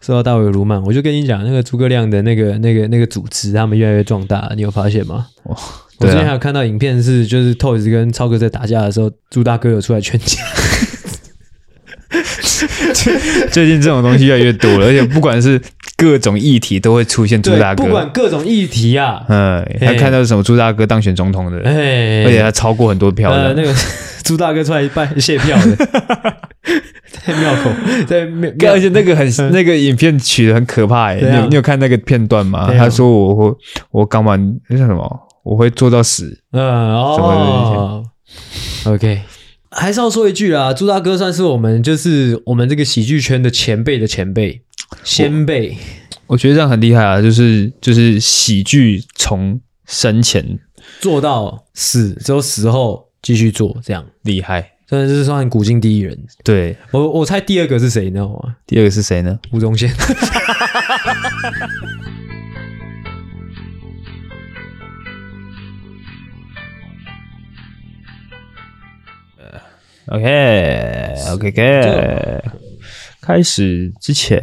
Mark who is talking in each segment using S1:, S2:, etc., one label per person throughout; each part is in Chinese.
S1: 受到大为鲁莽。我就跟你讲，那个诸葛亮的那个那个那个组织，他们越来越壮大，你有发现吗？
S2: 哦
S1: 我
S2: 对啊
S1: 之前还有看到影片是，就是 Toys 跟超哥在打架的时候，朱大哥有出来劝架。
S2: 最近这种东西越来越多了，而且不管是各种议题都会出现朱大
S1: 对不管
S2: 哥。
S1: 各种议题 啊，
S2: 嗯，还看到什么朱大哥当选总统的，
S1: 哎，
S2: 而且他超过很多票
S1: 呃
S2: 的。
S1: 那个 朱大哥出来拜谢票 的，在庙口，在庙
S2: 干
S1: 庙
S2: 而且那个 嗯很那个影片取的很可怕哎、
S1: 对啊
S2: 你有你有看那个片段吗？
S1: 对啊
S2: 他说我会我刚完那叫什么，我会做到死。
S1: 嗯哦，OK，还是要说一句啦，朱大哥算是我们就是我们这个喜剧圈的前辈的前辈先辈，
S2: 我觉得这样很厉害啊，就是就是喜剧从生前
S1: 做到死之后死后继续做，这样
S2: 厉害。
S1: 真的是算古今第一人。
S2: 对，
S1: 我我猜第二个是谁，你知道吗？
S2: 第二个是谁呢？
S1: 吴宗宪。
S2: OK OK OK，开始之前，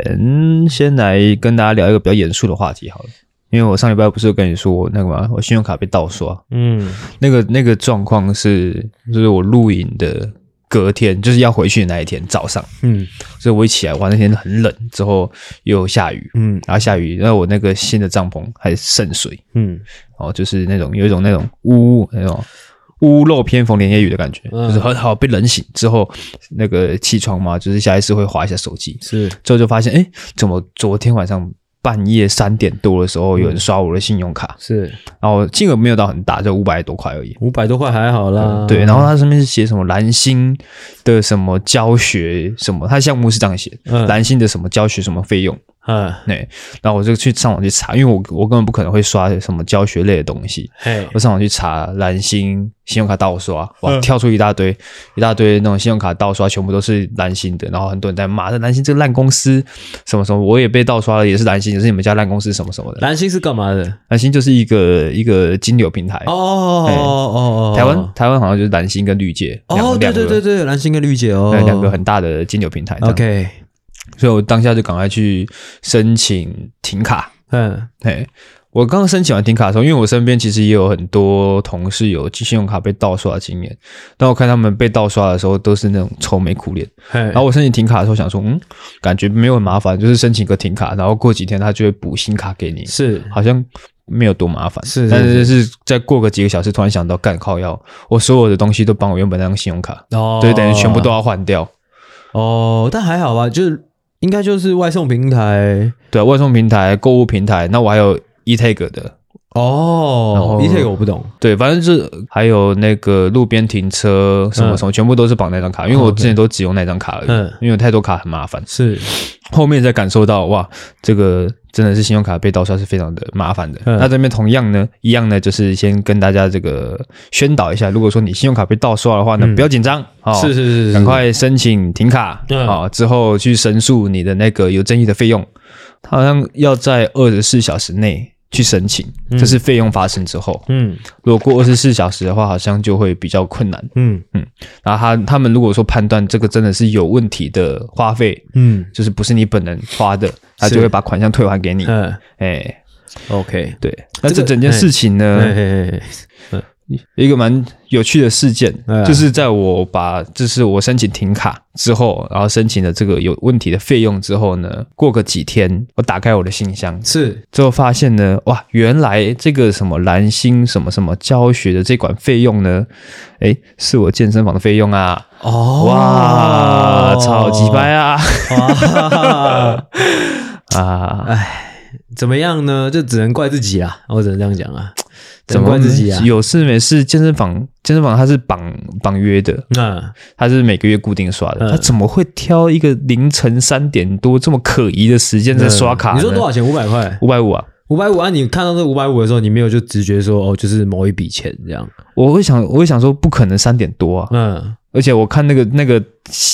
S2: 先来跟大家聊一个比较严肃的话题好了。因为我上礼拜不是有跟你说我那个嘛，我信用卡被盗刷，
S1: 嗯，
S2: 那个那个状况是，就是我录影的隔天，就是要回去的那一天早上，
S1: 嗯
S2: 所以我一起来，哇，那天很冷，之后又下雨，
S1: 嗯
S2: 然后下雨，然后我那个新的帐篷还渗水，
S1: 嗯，
S2: 哦，就是那种有一种那种呜呜那种屋漏偏逢连夜雨的感觉，
S1: 嗯
S2: 就是很好被冷醒之后，那个起床嘛，就是下意识会划一下手机，
S1: 是
S2: 之后就发现，哎，怎么昨天晚上半夜三点多的时候
S1: 嗯
S2: 有人刷我的信用卡，
S1: 是，
S2: 然后金额没有到很大，就五百多块而已。
S1: 五百多块还好啦。
S2: 嗯对，然后它上面是写什么蓝星的什么教学什么，它项目是这样写，
S1: 嗯
S2: 蓝星的什么教学什么费用，
S1: 嗯，
S2: 对，然后我就去上网去查，因为我我根本不可能会刷什么教学类的东西，
S1: 嘿，
S2: 我上网去查蓝星信用卡盗刷，哇，
S1: 嗯
S2: 跳出一大堆一大堆那种信用卡盗刷，全部都是蓝星的，然后很多人在骂，这蓝星这个烂公司什么什么，我也被盗刷了，也是蓝星，也是你们家烂公司什么什么的。
S1: 蓝星是干嘛的？
S2: 蓝星就是一个一个金流平台，
S1: 哦哦哦哦，
S2: 哎台湾台湾好像就是蓝星跟绿界，两
S1: 哦，对
S2: 两
S1: 对
S2: 个
S1: 对对，蓝星跟绿姐哦
S2: 对，两个很大的金流平台。这样
S1: OK，
S2: 所以我当下就赶快去申请停卡，
S1: 嗯
S2: 嘿，我刚刚申请完停卡的时候，因为我身边其实也有很多同事有信用卡被盗刷的经验，但我看他们被盗刷的时候都是那种愁眉苦脸。
S1: 嘿，
S2: 然后我申请停卡的时候想说，嗯，感觉没有很麻烦，就是申请个停卡，然后过几天他就会补新卡给你，
S1: 是
S2: 好像没有多麻烦。
S1: 是是
S2: 但是是再过个几个小时，突然想到干靠要我所有的东西都帮我原本那张信用卡，
S1: 哦，
S2: 所以等于全部都要换掉。
S1: 哦，但还好吧，就是应该就是外送平台
S2: 对、啊，外送平台、购物平台，那我还有 eTag 的，然
S1: 哦
S2: 后
S1: 一这个我不懂，
S2: 对，反正是还有那个路边停车什么
S1: 嗯哦
S2: 什么，全部都是绑那张卡，因为我之前都只用那张卡而已，
S1: 嗯
S2: 因为有太多卡很麻烦。
S1: 是
S2: 后面才感受到哇，这个真的是信用卡被盗刷是非常的麻烦的。
S1: 嗯
S2: 那这边同样呢，一样呢，就是先跟大家这个宣导一下，如果说你信用卡被盗刷的话呢，不要紧张哦，
S1: 嗯是是是，是
S2: 赶快申请停卡啊、
S1: 嗯
S2: 哦之后去申诉你的那个有争议的费用，它好像要在二十四小时内去申请，这是费用发生之后。
S1: 嗯
S2: 如果过二十四小时的话，好像就会比较困难。
S1: 嗯
S2: 然后他他们如果说判断这个真的是有问题的花费，
S1: 嗯
S2: 就是不是你本人花的，他
S1: 是
S2: 就会把款项退还给你。哎、
S1: 嗯，OK，
S2: 对。那
S1: 这个哎
S2: 这整件事情呢，
S1: 嘿嘿
S2: 嗯
S1: 嘿
S2: 一个蛮有趣的事件，
S1: 哎呀
S2: 就是在我把就是我申请停卡之后，然后申请了这个有问题的费用之后呢，过个几天，我打开我的信箱，
S1: 是
S2: 之后发现呢，哇，原来这个什么蓝星什么什么教学的这款费用呢，诶，是我健身房的费用啊！
S1: 哦
S2: 哇，超级 掰啊！
S1: 哇，
S2: 啊，
S1: 哎怎么样呢？就只能怪自己啦，我只能这样讲啊，只
S2: 怎
S1: 能
S2: 么
S1: 怪自己啊？
S2: 有事没事，健身房健身房它是绑绑约的，
S1: 那
S2: 它是每个月固定刷的，
S1: 嗯
S2: 它怎么会挑一个凌晨三点多这么可疑的时间在刷卡呢？
S1: 嗯你说多少钱？五百块，
S2: 五百五啊！
S1: 五百五啊！你看到这五百五的时候，你没有就直觉说哦，就是某一笔钱这样。
S2: 我会想，我会想说，不可能三点多啊！
S1: 嗯，
S2: 而且我看那个那个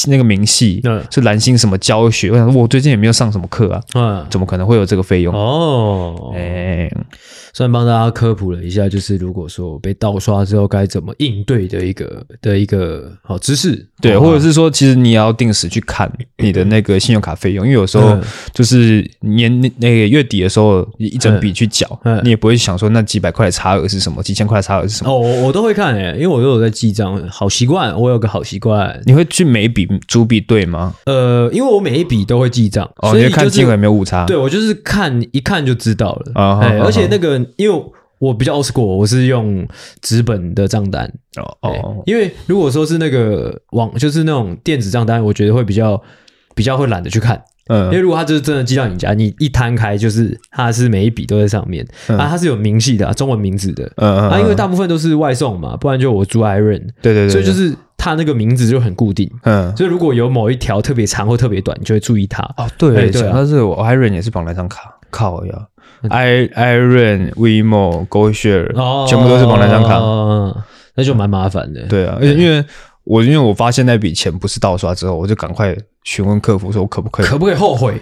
S2: 那个明细
S1: 嗯
S2: 是蓝星什么教学，我想说我最近也没有上什么课啊，
S1: 嗯，
S2: 怎么可能会有这个费用？
S1: 哦，
S2: 哎、
S1: 算帮大家科普了一下，就是如果说被盗刷之后该怎么应对的一个的一个好知识，
S2: 对，
S1: 好吧
S2: 或者是说，其实你也要定时去看你的那个信用卡费用，因为有时候
S1: 嗯
S2: 就是年那个月底的时候一整笔去缴
S1: 嗯嗯，
S2: 你也不会想说那几百块的差额是什么，几千块的差额是什么，
S1: 哦，我我都会看诶、因为我都有在记账，好习惯，我有个好习惯，
S2: 你会去每一笔逐笔对吗？
S1: 呃，因为我每一笔都会记账，
S2: 哦，
S1: 所以
S2: 你会
S1: 就是
S2: 看金额有没有误差？
S1: 对，我就是看一看就知道了，
S2: 啊哈
S1: 哎
S2: 啊哈
S1: 而且那个因为我比较 old school，我是用纸本的账单，
S2: 哦
S1: 哦
S2: 哦，，
S1: 因为如果说是那个网，就是那种电子账单，我觉得会比较比较会懒得去看，因为
S2: 嗯，
S1: 如果它就是真的寄到你家，你一摊开就是它是每一笔都在上面，
S2: 嗯
S1: 啊，它是有明细的、啊，中文名字的，
S2: 嗯嗯，
S1: 啊，因为
S2: 嗯
S1: 大部分都是外送嘛，不然就我住 Iron，
S2: 对对对，
S1: 所以就
S2: 对
S1: 是它那个名字就很固定，
S2: 嗯。
S1: 所以如果有某一条特别长或特别短，你就会注意它。
S2: 哦，
S1: 哎
S2: 对，
S1: 对啊
S2: 讲到这个，我 Iron 也是绑了一张卡，靠呀，I Iron、WeMo、GoShare，全部哦都是绑了一张卡。
S1: 哦那就蛮麻烦的。，
S2: 对啊，而且因为我因为我发现那笔钱不是盗刷之后，我就赶快询问客服说，我可不可以
S1: 可不可以后悔？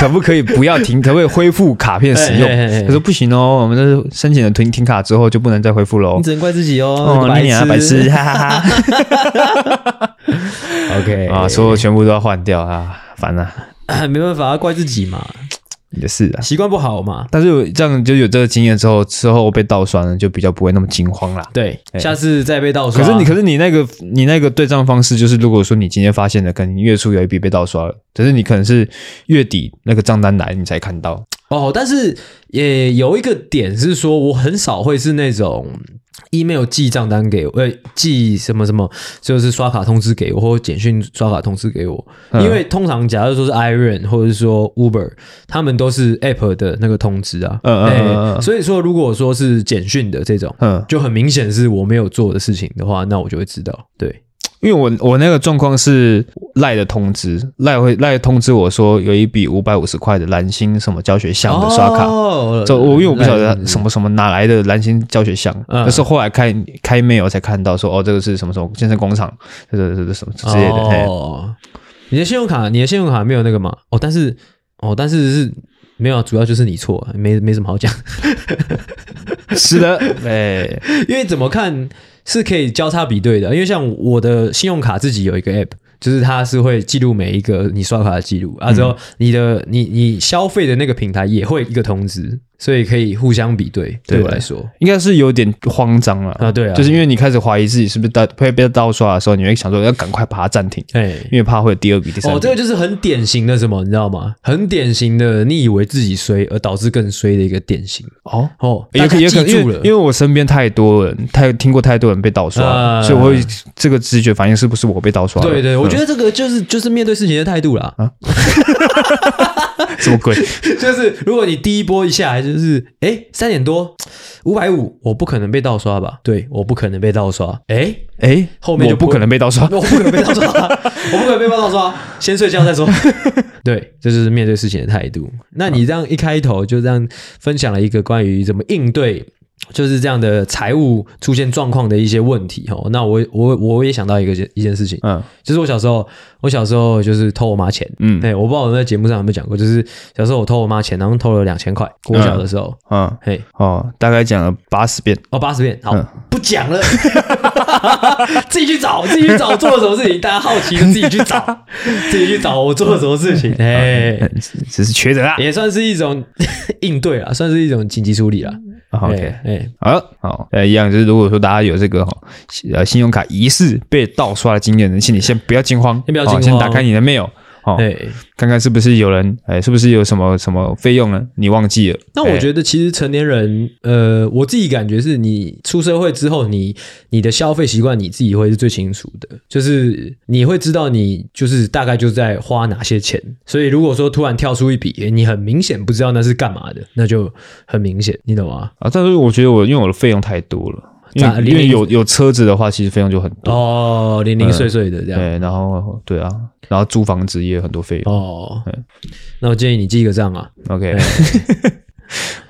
S2: 可不可以不要停，可不可以恢复卡片使用
S1: 哎哎哎哎？
S2: 他说不行哦，我们这是申请了停停卡之后就不能再恢复喽
S1: 你。只能怪自己哦，
S2: 哦，
S1: 白哎
S2: 你俩 白痴，。哈哈哈
S1: OK
S2: 啊，所有全部都要换掉啊，烦啊，
S1: 没办法，怪自己嘛，
S2: 也是啊。
S1: 习惯不好嘛。
S2: 但是有这样就有这个经验之后，之后被盗刷呢，就比较不会那么惊慌啦。
S1: 对，
S2: 哎
S1: 下次再被盗刷。
S2: 可是你，可是你那个你那个对账方式，就是如果说你今天发现了，可能月初有一笔被盗刷了，可是你可能是月底那个账单来你才看到，
S1: 哦，但是也有一个点是说，我很少会是那种 email 寄账单给我，呃，寄什么什么，就是刷卡通知给我，或简讯刷卡通知给我。
S2: 嗯
S1: 因为通常假如说是 Iron 或者是说 Uber，他们都是 App 的那个通知啊。
S2: 嗯嗯
S1: 哎
S2: 嗯嗯嗯
S1: 所以说，如果说是简讯的这种，
S2: 嗯，
S1: 就很明显是我没有做的事情的话，那我就会知道。对，
S2: 因为我我那个状况是赖的通知，赖会赖通知我说有一笔五百五十块的蓝星什么教学项的刷卡，
S1: 哦
S2: 这、我因为我不晓得
S1: 那
S2: 什么什么哪来的蓝星教学项，
S1: 嗯
S2: 但是后来开开 mail 才看到说哦这个是什么什么健身工厂，这个这个什么之类的，嘿
S1: 哦，你的信用卡，你的信用卡没有那个嘛？哦，但是哦，但是是没有啊，主要就是你错，没没什么好讲，
S2: 是的，哎，
S1: 因为怎么看是可以交叉比对的，因为像我的信用卡自己有一个 app。就是它是会记录每一个你刷卡的记录
S2: 嗯
S1: 啊，之后你的你你消费的那个平台也会一个通知，所以可以互相比对。对
S2: 对
S1: 我来说
S2: 应该是有点慌张 了。
S1: 啊，对啊，
S2: 就是因为你开始怀疑自己是不是盗会被盗刷的时候，你会想说要赶快把它暂停，
S1: 哎，
S2: 因为怕会有第二笔、第三
S1: 哦，
S2: 笔。
S1: 这个就是很典型的什么，你知道吗？很典型的你以为自己衰而导致更衰的一个典型。
S2: 哦，
S1: 哦，
S2: 也可
S1: 大
S2: 也
S1: 家
S2: 可
S1: 记
S2: 因
S1: 住
S2: 为
S1: 了，
S2: 因为我身边太多人，太听过太多人被盗刷了，
S1: 啊
S2: 所以我会这个直觉反应是不是我被盗刷了？
S1: 对对，
S2: 嗯
S1: 我觉得这个就是就是面对事情的态度啦。
S2: 啊什么 鬼？
S1: 就是如果你第一波一下来就是，哎，三点多，五百五，我不可能被盗刷吧？对，我不可能被盗刷。哎，
S2: 哎，
S1: 后面就
S2: 我不
S1: 不
S2: 可能被 盗刷。
S1: 我不可能被盗刷， 我不可能被盗刷，啊先睡觉再说。 对，这就是面对事情的态度。那你这样一开头就这样分享了一个关于怎么应对。就是这样的财务出现状况的一些问题哦。那我我我也想到一个一件事情，
S2: 嗯
S1: 就是我小时候，我小时候就是偷我妈钱，
S2: 嗯
S1: 哎、我不知道我在节目上有没有讲过，就是小时候我偷我妈钱，然后偷了两千块，国小的时候，
S2: 嗯，
S1: 嘿、
S2: 哦，大概讲了八十遍。
S1: 哦八十遍，好，
S2: 嗯
S1: 不讲了， 自己去找，自己去找我做了什么事情，大家好奇就自己去 找，自己去找我做了什么事情，哎、
S2: 嗯只只是缺德啦。
S1: 也算是一种 应对啊，算是一种紧急处理啦。
S2: 啊
S1: 哎
S2: OK，
S1: 哎、
S2: 好了，好，呃，一样就是，如果说大家有这个哈，呃，信用卡疑似被盗刷的经验呢，请你先不要惊慌，
S1: 先不要惊
S2: 哦先打
S1: 慌
S2: 开你的 mail，哦，
S1: 哎、
S2: 看看是不是有人，哎，是不是有什么什么费用呢？你忘记了？哎
S1: 那我觉得其实成年人，呃，我自己感觉是你出社会之后，你你的消费习惯你自己会是最清楚的，就是你会知道你就是大概就在花哪些钱。所以如果说突然跳出一笔，诶你很明显不知道那是干嘛的，那就很明显，你懂吗？
S2: 哎啊，但是我觉得我因为我的费用太多了，因
S1: 咋
S2: 为因
S1: 啊
S2: 为
S1: 零
S2: 有有车子的话，其实费用就很多，
S1: 哦，零零碎碎的这样。
S2: 对，然后对啊，然后租房子也有很多费用。
S1: 哦，那我建议你记个账啊。
S2: OK，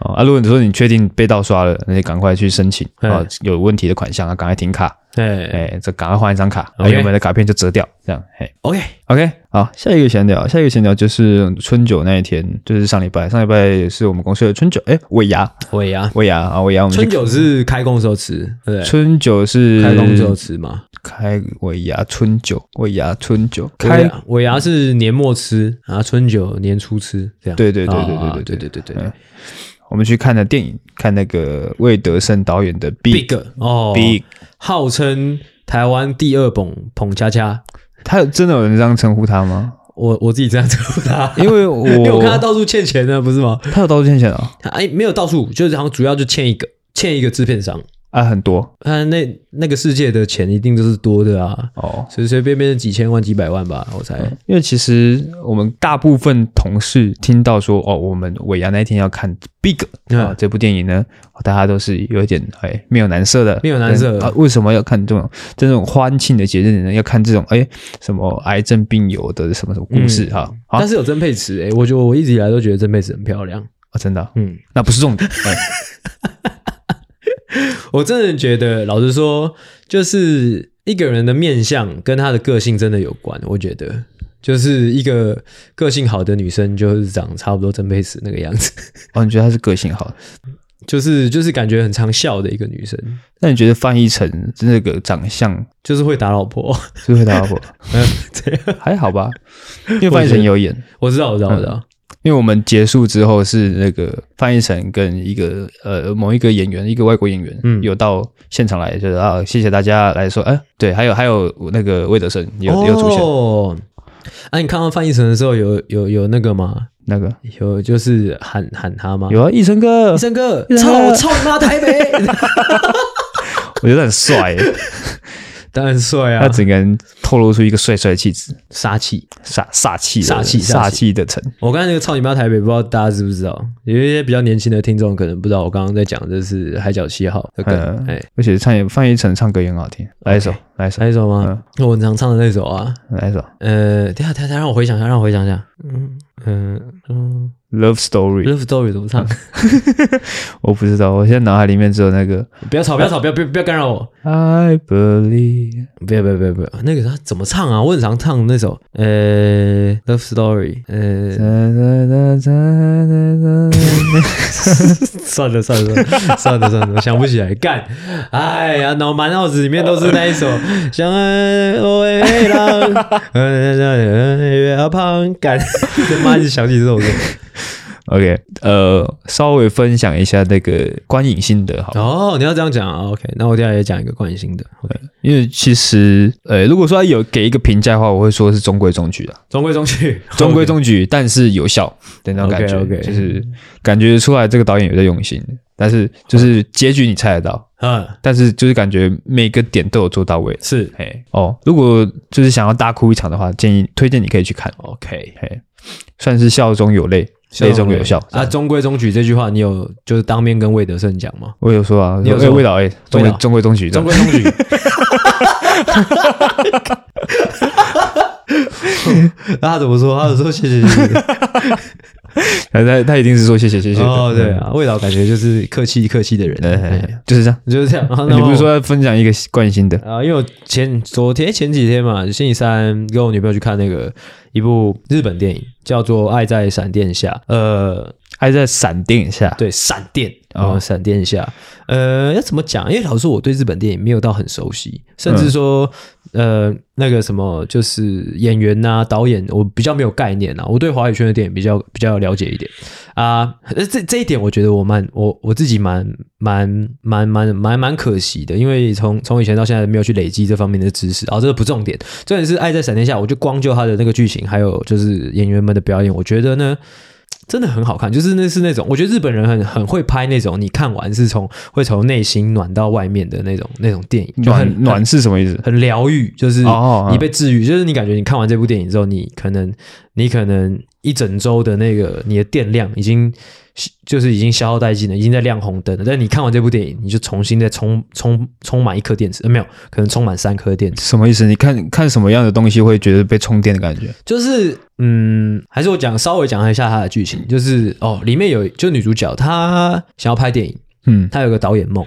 S2: 哦啊，如果你说你确定被盗刷了，那就赶快去申请
S1: 哎
S2: 啊，有问题的款项啊，赶快停卡。
S1: 哎
S2: 哎，这赶快换一张卡，然
S1: OK
S2: 后原本的卡片就折掉，这样，嘿。
S1: ，OK，
S2: OK，好，下一个闲聊，下一个闲聊就是春酒那一天，就是上礼拜，上礼拜也是我们公司的春酒，哎，尾牙，
S1: 尾牙，
S2: 尾牙啊，尾牙，我们去
S1: 春酒是开工的时候吃，对不对？
S2: 春酒是
S1: 开工之后吃嘛？
S2: 开尾牙春酒，尾牙春酒
S1: 尾
S2: 开，
S1: 牙尾牙是年末吃，然后春酒年初吃，这样。
S2: 对对对
S1: 啊对
S2: 对对对
S1: 对对对对
S2: 嗯我们去看的电影，看那个魏德圣导演的 Big
S1: ，Big 哦
S2: Big，
S1: 号称台湾第二捧捧恰恰，
S2: 他有真的有人这样称呼 他吗？
S1: 我我自己这样称呼他，
S2: 因为
S1: 因为我看他
S2: 我
S1: 到处欠钱呢，不是吗？
S2: 他有道歉钱啊，
S1: 他哎，没有到处，就是好像主要就欠一个欠一个制片商，
S2: 啊很多
S1: 啊，那那个世界的钱一定都是多的啊，
S2: 哦，
S1: 随随便便几千万几百万吧，我猜。
S2: 因为其实我们大部分同事听到说哦，我们尾牙那一天要看 Big
S1: 嗯
S2: 啊、这部电影呢，大家都是有一点哎面有难色的，
S1: 面有难色
S2: 嗯啊。为什么要看这种这种欢庆的节日呢？要看这种哎什么癌症病友的什么什么故事哈、啊？
S1: 嗯但是有曾佩慈，哎、我觉得我一直以来都觉得曾佩慈很漂亮。
S2: 啊真的啊、
S1: 嗯，
S2: 那不是重 点，哎、
S1: 我真的觉得，老实说，就是一个人的面相跟她的个性真的有关。我觉得，就是一个个性好的女生，就是长差不多曾佩慈那个样子，
S2: 哦，你觉得他是个性好？
S1: 就是就是感觉很常笑的一个女生，
S2: 那你觉得翻译成那个长相
S1: 就是会打老婆。
S2: 是不是会打老婆？
S1: 嗯这样
S2: 还好吧，因为翻译成有演，
S1: 我知道，我知道，我知道。
S2: 因为我们结束之后是那个翻译成跟一个呃某一个演员，一个外国演员，
S1: 嗯
S2: 有到现场来，就是啊，谢谢大家来说，哎、对，还有还有那个魏德胜有、有出现，
S1: 哦，啊，你看到翻译成的时候有，有有那个吗？
S2: 那个
S1: 有就是喊喊他吗？
S2: 有啊，义成哥
S1: 啊医，生哥
S2: 医，生
S1: 操
S2: 哥
S1: 操你妈台北！
S2: 我觉得 很
S1: 啊
S2: 帅耶，
S1: 当然帅
S2: 他
S1: 啊，
S2: 整个人透露出一个帅帅的气质，
S1: 杀气。
S2: 煞煞气的
S1: 煞气煞气
S2: 煞气的城，
S1: 我刚才那个操你妈台北，不知道大家知不知道？有一些比较年轻的听众可能不知道，我刚刚在讲这是海角七号的梗
S2: 嗯。
S1: 哎，
S2: 而且唱也翻译成唱歌也很好听，来一首，来一首
S1: 哪，一首吗？我很常唱的那首啊。
S2: 来一首
S1: 呃，等一下等一下，让我回想一下，让我回想一下。嗯嗯嗯
S2: ，Love Story，
S1: ，Love Story 怎么唱？
S2: 我不知道，我现在脑海里面只有那个
S1: 不要吵，不要吵，不要不要不要干扰我。
S2: I believe。
S1: 不要不要不要不要，那个他怎么唱啊？我很常唱那首呃《Love Story》呃，算了算了算了算了算了，想不起来，干！哎呀，脑满脑子里面都是那一首哦《相爱我为郎》，呃，月儿胖，干！ 他妈就想起这首歌。
S2: OK，呃，稍微分享一下那个观影心得好了，
S1: 哦，你要这样讲啊？OK，那我接下来也讲一个关于新的。OK，
S2: 因为其实呃，如果说有给一个评价的话，我会说是中规中矩啊，
S1: 中规中矩，
S2: 中规中矩，但是有效的那种感觉
S1: OK，OK
S2: 就是感觉出来这个导演有在用心，但是就是结局你猜得到，
S1: 嗯，
S2: 但是就是感觉每个点都有做到位。
S1: 是
S2: 嘿，哦，如果就是想要大哭一场的话，建议推荐你可以去看，
S1: OK，
S2: 嘿，算是笑中有泪，泪中有笑
S1: 啊。中规中矩这句话，你有就是当面跟魏德胜讲吗？
S2: 我有说啊，
S1: 你有
S2: 哎
S1: 说
S2: 味道哎，中
S1: 味
S2: 规
S1: 道
S2: 中规中矩，
S1: 中规中矩。 那他怎么说？他就说谢谢谢谢。
S2: 他他他一定是说谢谢谢谢的
S1: 哦，对，啊，魏老感觉就是客气客气的人，
S2: 嗯哎
S1: 哎
S2: 就是这样。
S1: 就是 这样。然后
S2: 你不是说要分享一个惯性的？
S1: 啊？因为我前昨天前几天嘛，星期三跟我女朋友去看那个一部日本电影，叫做《爱在闪电下》。呃，
S2: 还在闪电一下？
S1: 对，闪电
S2: 哦
S1: 哦，闪电下，呃，要怎么讲？因为老实说，我对日本电影没有到很熟悉，甚至说，
S2: 嗯
S1: 呃，那个什么，就是演员呐、导演，我比较没有概念啊。我对华语圈的电影比较比较了解一点啊。呃这这一点，我觉得我蛮我我自己蛮蛮蛮蛮蛮蛮可惜的，因为从从以前到现在没有去累积这方面的知识啊。这个不重点，重点是《爱在闪电下》，我就光就它的那个剧情，还有就是演员们的表演，我觉得呢。真的很好看，就是那是那种，我觉得日本人很很会拍那种，你看完是从会从内心暖到外面的那种那种电影，就很
S2: 暖暖是什么意思？
S1: 很疗愈，就是
S2: 哦
S1: 你被治愈，就是你感觉你看完这部电影之后，你可能你可能一整周的那个你的电量已经就是已经消耗殆尽了，已经在亮红灯了。但你看完这部电影，你就重新再充充充满一颗电池，呃，没有，可能充满三颗电池。
S2: 什么意思？你看看什么样的东西会觉得被充电的感觉？
S1: 就是嗯，还是我讲稍微讲一下它的剧情，就是哦，里面有就女主角她想要拍电影，
S2: 嗯
S1: 她有个导演梦，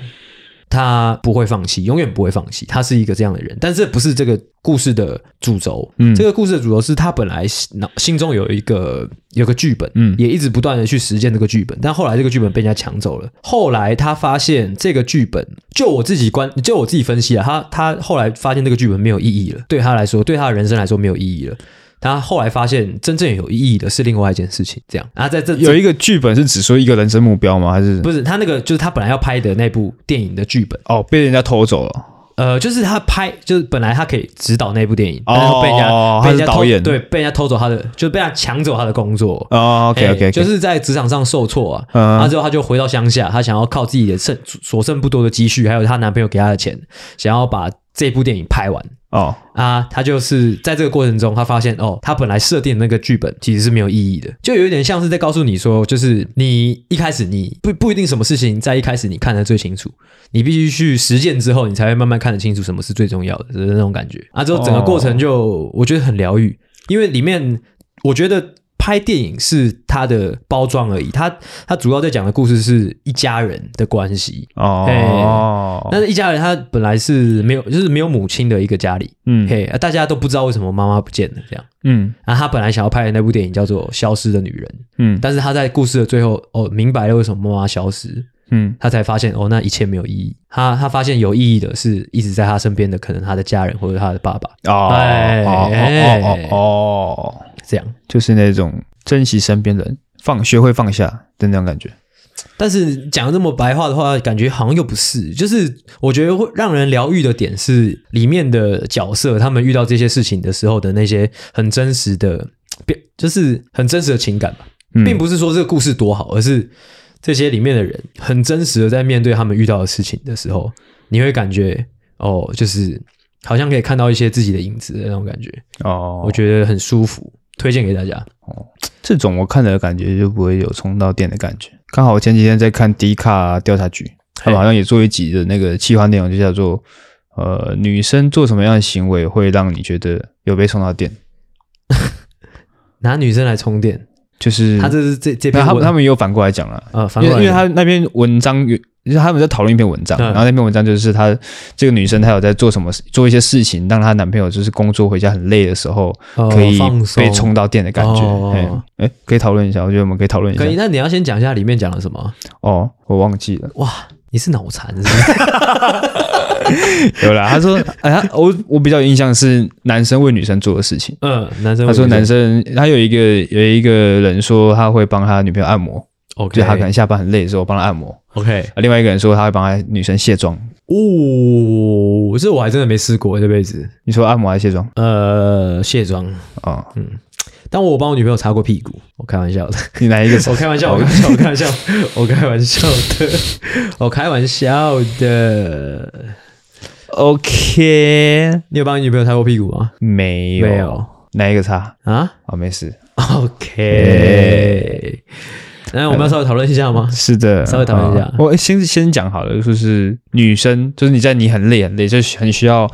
S1: 他不会放弃，永远不会放弃，他是一个这样的人。但这不是这个故事的主轴，
S2: 嗯
S1: 这个故事的主轴是他本来脑心中有一个有个剧本，
S2: 嗯
S1: 也一直不断的去实践这个剧本，但后来这个剧本被人家抢走了。后来他发现这个剧本，就我自己观，就我自己分析啊，他他后来发现这个剧本没有意义了，对他来说，对他的人生来说没有意义了。他后来发现，真正有意义的是另外一件事情，这样啊，在这
S2: 有一个剧本是只说一个人生目标吗？还是
S1: 不是他那个，就是他本来要拍的那部电影的剧本，
S2: 哦被人家偷走了？
S1: 呃，就是他拍，就是本来他可以指导那部电影，但是被人家、
S2: 哦
S1: 被人家
S2: 他是
S1: 偷
S2: 导演
S1: 对，被人家偷走他的，就是被他抢走他的工作。
S2: 哦，OK
S1: 哎
S2: OK，
S1: 就是在职场上受挫啊，
S2: 嗯
S1: 然后之后他就回到乡下，他想要靠自己的剩所剩不多的积蓄，还有她男朋友给她的钱，想要把这部电影拍完
S2: 哦
S1: 啊。他就是在这个过程中，他发现哦，他本来设定的那个剧本其实是没有意义的，就有一点像是在告诉你说，就是你一开始你不不一定什么事情在一开始你看得最清楚，你必须去实践之后，你才会慢慢看得清楚什么是最重要的，就是那种感觉啊。之后整个过程就、我觉得很疗愈，因为里面我觉得拍电影是它的包装而已，它它主要在讲的故事是一家人的关系。
S2: 哦，
S1: 但是一家人他本来是没有，就是没有母亲的一个家里，
S2: 嗯
S1: 嘿、啊大家都不知道为什么妈妈不见了这样。
S2: 嗯
S1: 然后他本来想要拍的那部电影叫做《消失的女人》，
S2: 嗯
S1: 但是他在故事的最后，哦，明白了为什么妈妈消失，
S2: 嗯
S1: 他才发现哦，那一切没有意义。他他发现有意义的是一直在他身边的，可能他的家人或者他的爸爸
S2: 哦
S1: 哎
S2: 哦哦哦哦，
S1: 这样。
S2: 就是那种珍惜身边人，放学会放下的那种感觉。
S1: 但是讲得这么白话的话，感觉好像又不是。就是我觉得会让人疗愈的点是里面的角色，他们遇到这些事情的时候的那些很真实的，变就是很真实的情感吧，
S2: 嗯
S1: 并不是说这个故事多好，而是这些里面的人很真实的在面对他们遇到的事情的时候，你会感觉哦，就是好像可以看到一些自己的影子的那种感觉，
S2: 哦，
S1: 我觉得很舒服，推荐给大家。
S2: 这种我看了感觉就不会有充到电的感觉。刚好我前几天在看迪卡调查局，他们好像也做一集的那个企划内容，就叫做呃女生做什么样的行为会让你觉得有被充到电，
S1: 拿女生来充电，
S2: 就是
S1: 他这是这这
S2: 那
S1: 篇
S2: 他
S1: 文
S2: 们他们也有反过来讲了。
S1: 呃，反
S2: 因
S1: 过来
S2: 为因为他那篇文章有，就是他们在讨论一篇文章，
S1: 嗯
S2: 然后那篇文章就是她这个女生她有在做什么事做一些事情，让她男朋友就是工作回家很累的时候，
S1: 哦
S2: 可以
S1: 放松
S2: 被充到电的感
S1: 哦
S2: 觉。哎、哎可以讨论一下，我觉得我们可以讨论一下
S1: 可。以，那你要先讲一下里面讲了什么？
S2: 哦，我忘记了，
S1: 哇，你是脑残是不 是？
S2: 有啦，他说，哎、他我我比较有印象是男生为女生做的事情。
S1: 嗯，男生
S2: 他
S1: 会
S2: 说
S1: 不会
S2: 男生他有一个有一个人说他会帮他女朋友按摩，
S1: ，OK，
S2: 就他可能下班很累的时候帮他按摩。
S1: OK，
S2: 啊，另外一个人说他会帮他女生卸妆。
S1: 哦，这我还真的没试过这辈子。
S2: 你说按摩还是卸妆？
S1: 呃，卸妆，
S2: 哦，
S1: 但我有帮我女朋友擦过屁股，我开玩笑的，
S2: 你哪 一个手？
S1: 我开玩笑，我开玩笑，我开玩笑，我开玩笑的，我开玩笑的。
S2: OK，
S1: 你有帮你女朋友擦过屁股吗？
S2: 没有
S1: 没有
S2: 哪一个差？
S1: 啊
S2: 哦，没事。
S1: ？OK，那我们要稍微讨论一下吗？
S2: 是的，
S1: 稍微讨论一下
S2: 哦我先先讲好了，就是女生，就是你在你很累很累，就是很需要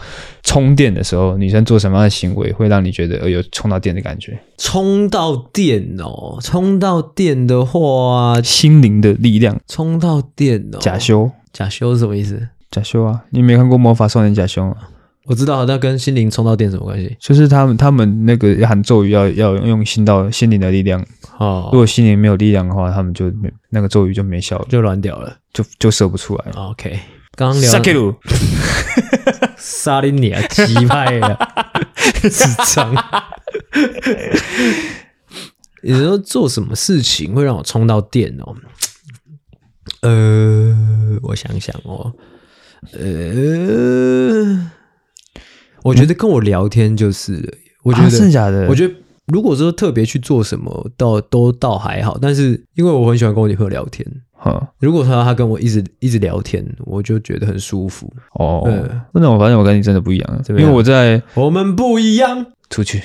S2: 充电的时候，女生做什么样的行为会让你觉得呃有充到电的感觉？
S1: 充到电哦，充到电的话，
S2: 心灵的力量，
S1: 充到电哦。
S2: 假修，
S1: 假修是什么意思？
S2: 假修啊！你没看过《魔法少年假修》吗？
S1: 我知道，那跟心灵充到电什么关系？
S2: 就是他们他们那个喊咒语要要用心到心灵的力量，如
S1: 哦，
S2: 果心灵没有力量的话，他们就没那个咒语就没效了，
S1: 就软掉了。
S2: 就就射不出来了。啊
S1: OK，刚刚聊
S2: 给鲁，
S1: 沙林尼
S2: 啊
S1: 亚击败了， 智障。 你说做什么事情会让我充到电哦？呃，我想想哦，呃，我觉得跟我聊天就是了，我
S2: 我
S1: 觉得、
S2: 啊真的假的？
S1: 我觉得如果说特别去做什么，倒都倒还好。但是因为我很喜欢跟我女朋友聊天，
S2: 哼
S1: 如果说她跟我一直一直聊天，我就觉得很舒服。
S2: 哦
S1: 嗯，
S2: 那我发现我跟你真的不一样，
S1: 怎么
S2: 因
S1: 样
S2: 为我在
S1: 我们不一样，
S2: 出 去。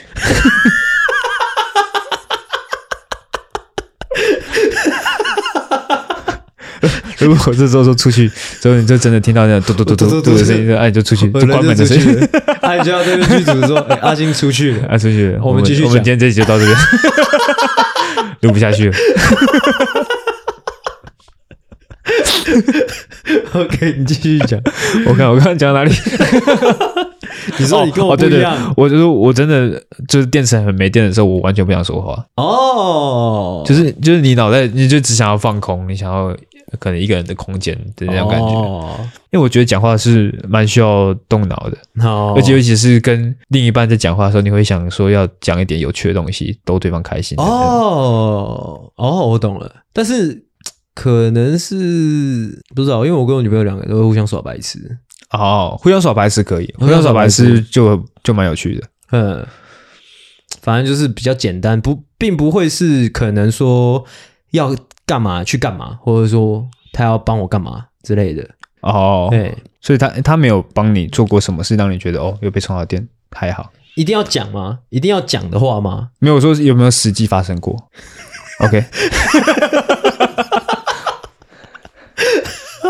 S2: 如果我这时候说出去，之后你就真的听到那种嘟嘟嘟嘟嘟的声音，哎，你就出
S1: 哦
S2: 去，就关门的 声音，
S1: 了。哎，就要对剧组 说、哎阿星出去了。
S2: 啊，出去。
S1: 我们继续
S2: 我们
S1: 讲
S2: 今天这集就到这边，录不下去了。
S1: OK，你继续讲。
S2: 我看我刚刚讲哪里？
S1: 你说你跟我
S2: 哦
S1: 不
S2: 对
S1: 一
S2: 对
S1: 样，
S2: 我就是我真的就是电池很没电的时候，我完全不想说话，
S1: 哦，
S2: 就是就是你脑袋你就只想要放空，你想要可能一个人的空间的那种感觉。
S1: 哦
S2: 因为我觉得讲话是蛮需要动脑的，
S1: 好，
S2: 而且尤其是跟另一半在讲话的时候，你会想说要讲一点有趣的东西，逗对方开心。哦，
S1: 哦哦，我懂了，但是。可能是不知道，因为我跟我女朋友两个都会互相耍白痴。
S2: 哦，互相耍白痴可以，
S1: 互
S2: 互
S1: 相
S2: 相
S1: 耍
S2: 耍
S1: 白
S2: 白
S1: 痴
S2: 痴就就蛮有趣的。
S1: 嗯，反正就是比较简单，不，并不会是可能说要干嘛去干嘛，或者说他要帮我干嘛之类的。哎
S2: 哦，
S1: 对，
S2: 所以他他没有帮你做过什么事，让你觉得哦又被充到电，还好
S1: 一定要讲吗？一定要讲的话吗？
S2: 没有说有没有实际发 生过。OK，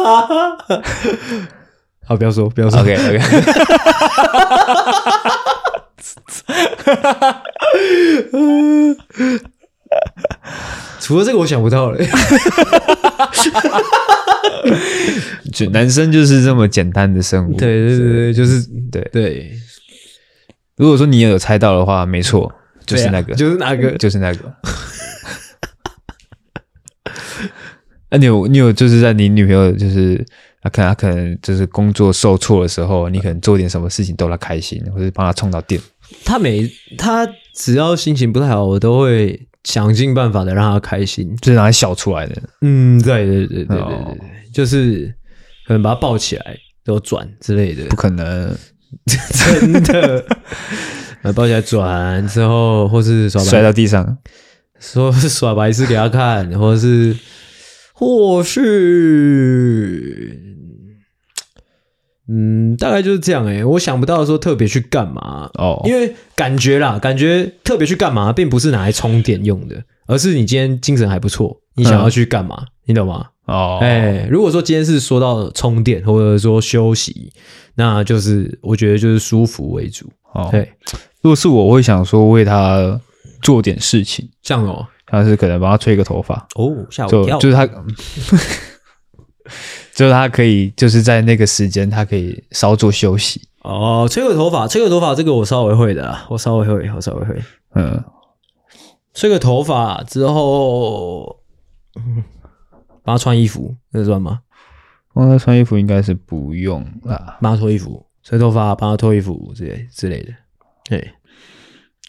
S1: 啊好，不要说，不要
S2: OK OK，
S1: 除了这个，我想不到了。
S2: 就 男生就是这么简单的生物。
S1: 对对对 对，就是
S2: 对
S1: 对，
S2: 如果说你也有猜到的话，没错，就是
S1: 对啊
S2: 那个，
S1: 就是那 个，
S2: 就是那个。 那、啊你有你有就是在你女朋友就是她可能她啊可能就是工作受挫的时候，你可能做点什么事情逗她开心，或者帮她充到电。
S1: 他每他只要心情不太好，我都会想尽办法的让他开心。
S2: 就是让他笑出来的。
S1: 嗯，对对对对对对，
S2: 哦
S1: 就是可能把他抱起来，然后转之类的
S2: 不，可能
S1: 真 的。呃抱起来转之后，或是耍
S2: 摔
S1: 白，
S2: 到地上。
S1: 说是耍白痴给他看，或是或是，嗯，大概就是这样诶、我想不到说特别去干嘛，
S2: 哦，
S1: 因为感觉啦，感觉特别去干嘛，并不是拿来充电用的，而是你今天精神还不错，你想要去干嘛，你懂吗？
S2: 哦，
S1: 哎、如果说今天是说到充电或者说休息，那就是我觉得就是舒服为主。
S2: 哦，
S1: 对，
S2: 如果是我，我会想说为他做点事情，
S1: 像哦，
S2: 像是可能帮他吹个头发，
S1: 哦，吓
S2: 就
S1: 我一跳，
S2: 就是他， 就是他可以就是在那个时间，他可以稍作休息。
S1: 哦，吹个头发，吹个头发这个我稍微会的啊，我稍微会，我稍微会
S2: 嗯，
S1: 吹个头发之后，嗯，帮他穿衣服，这算吗？
S2: 帮他穿衣服应该是不用啦。
S1: 帮他脱衣服，吹头发，帮他脱衣服之类之类的，对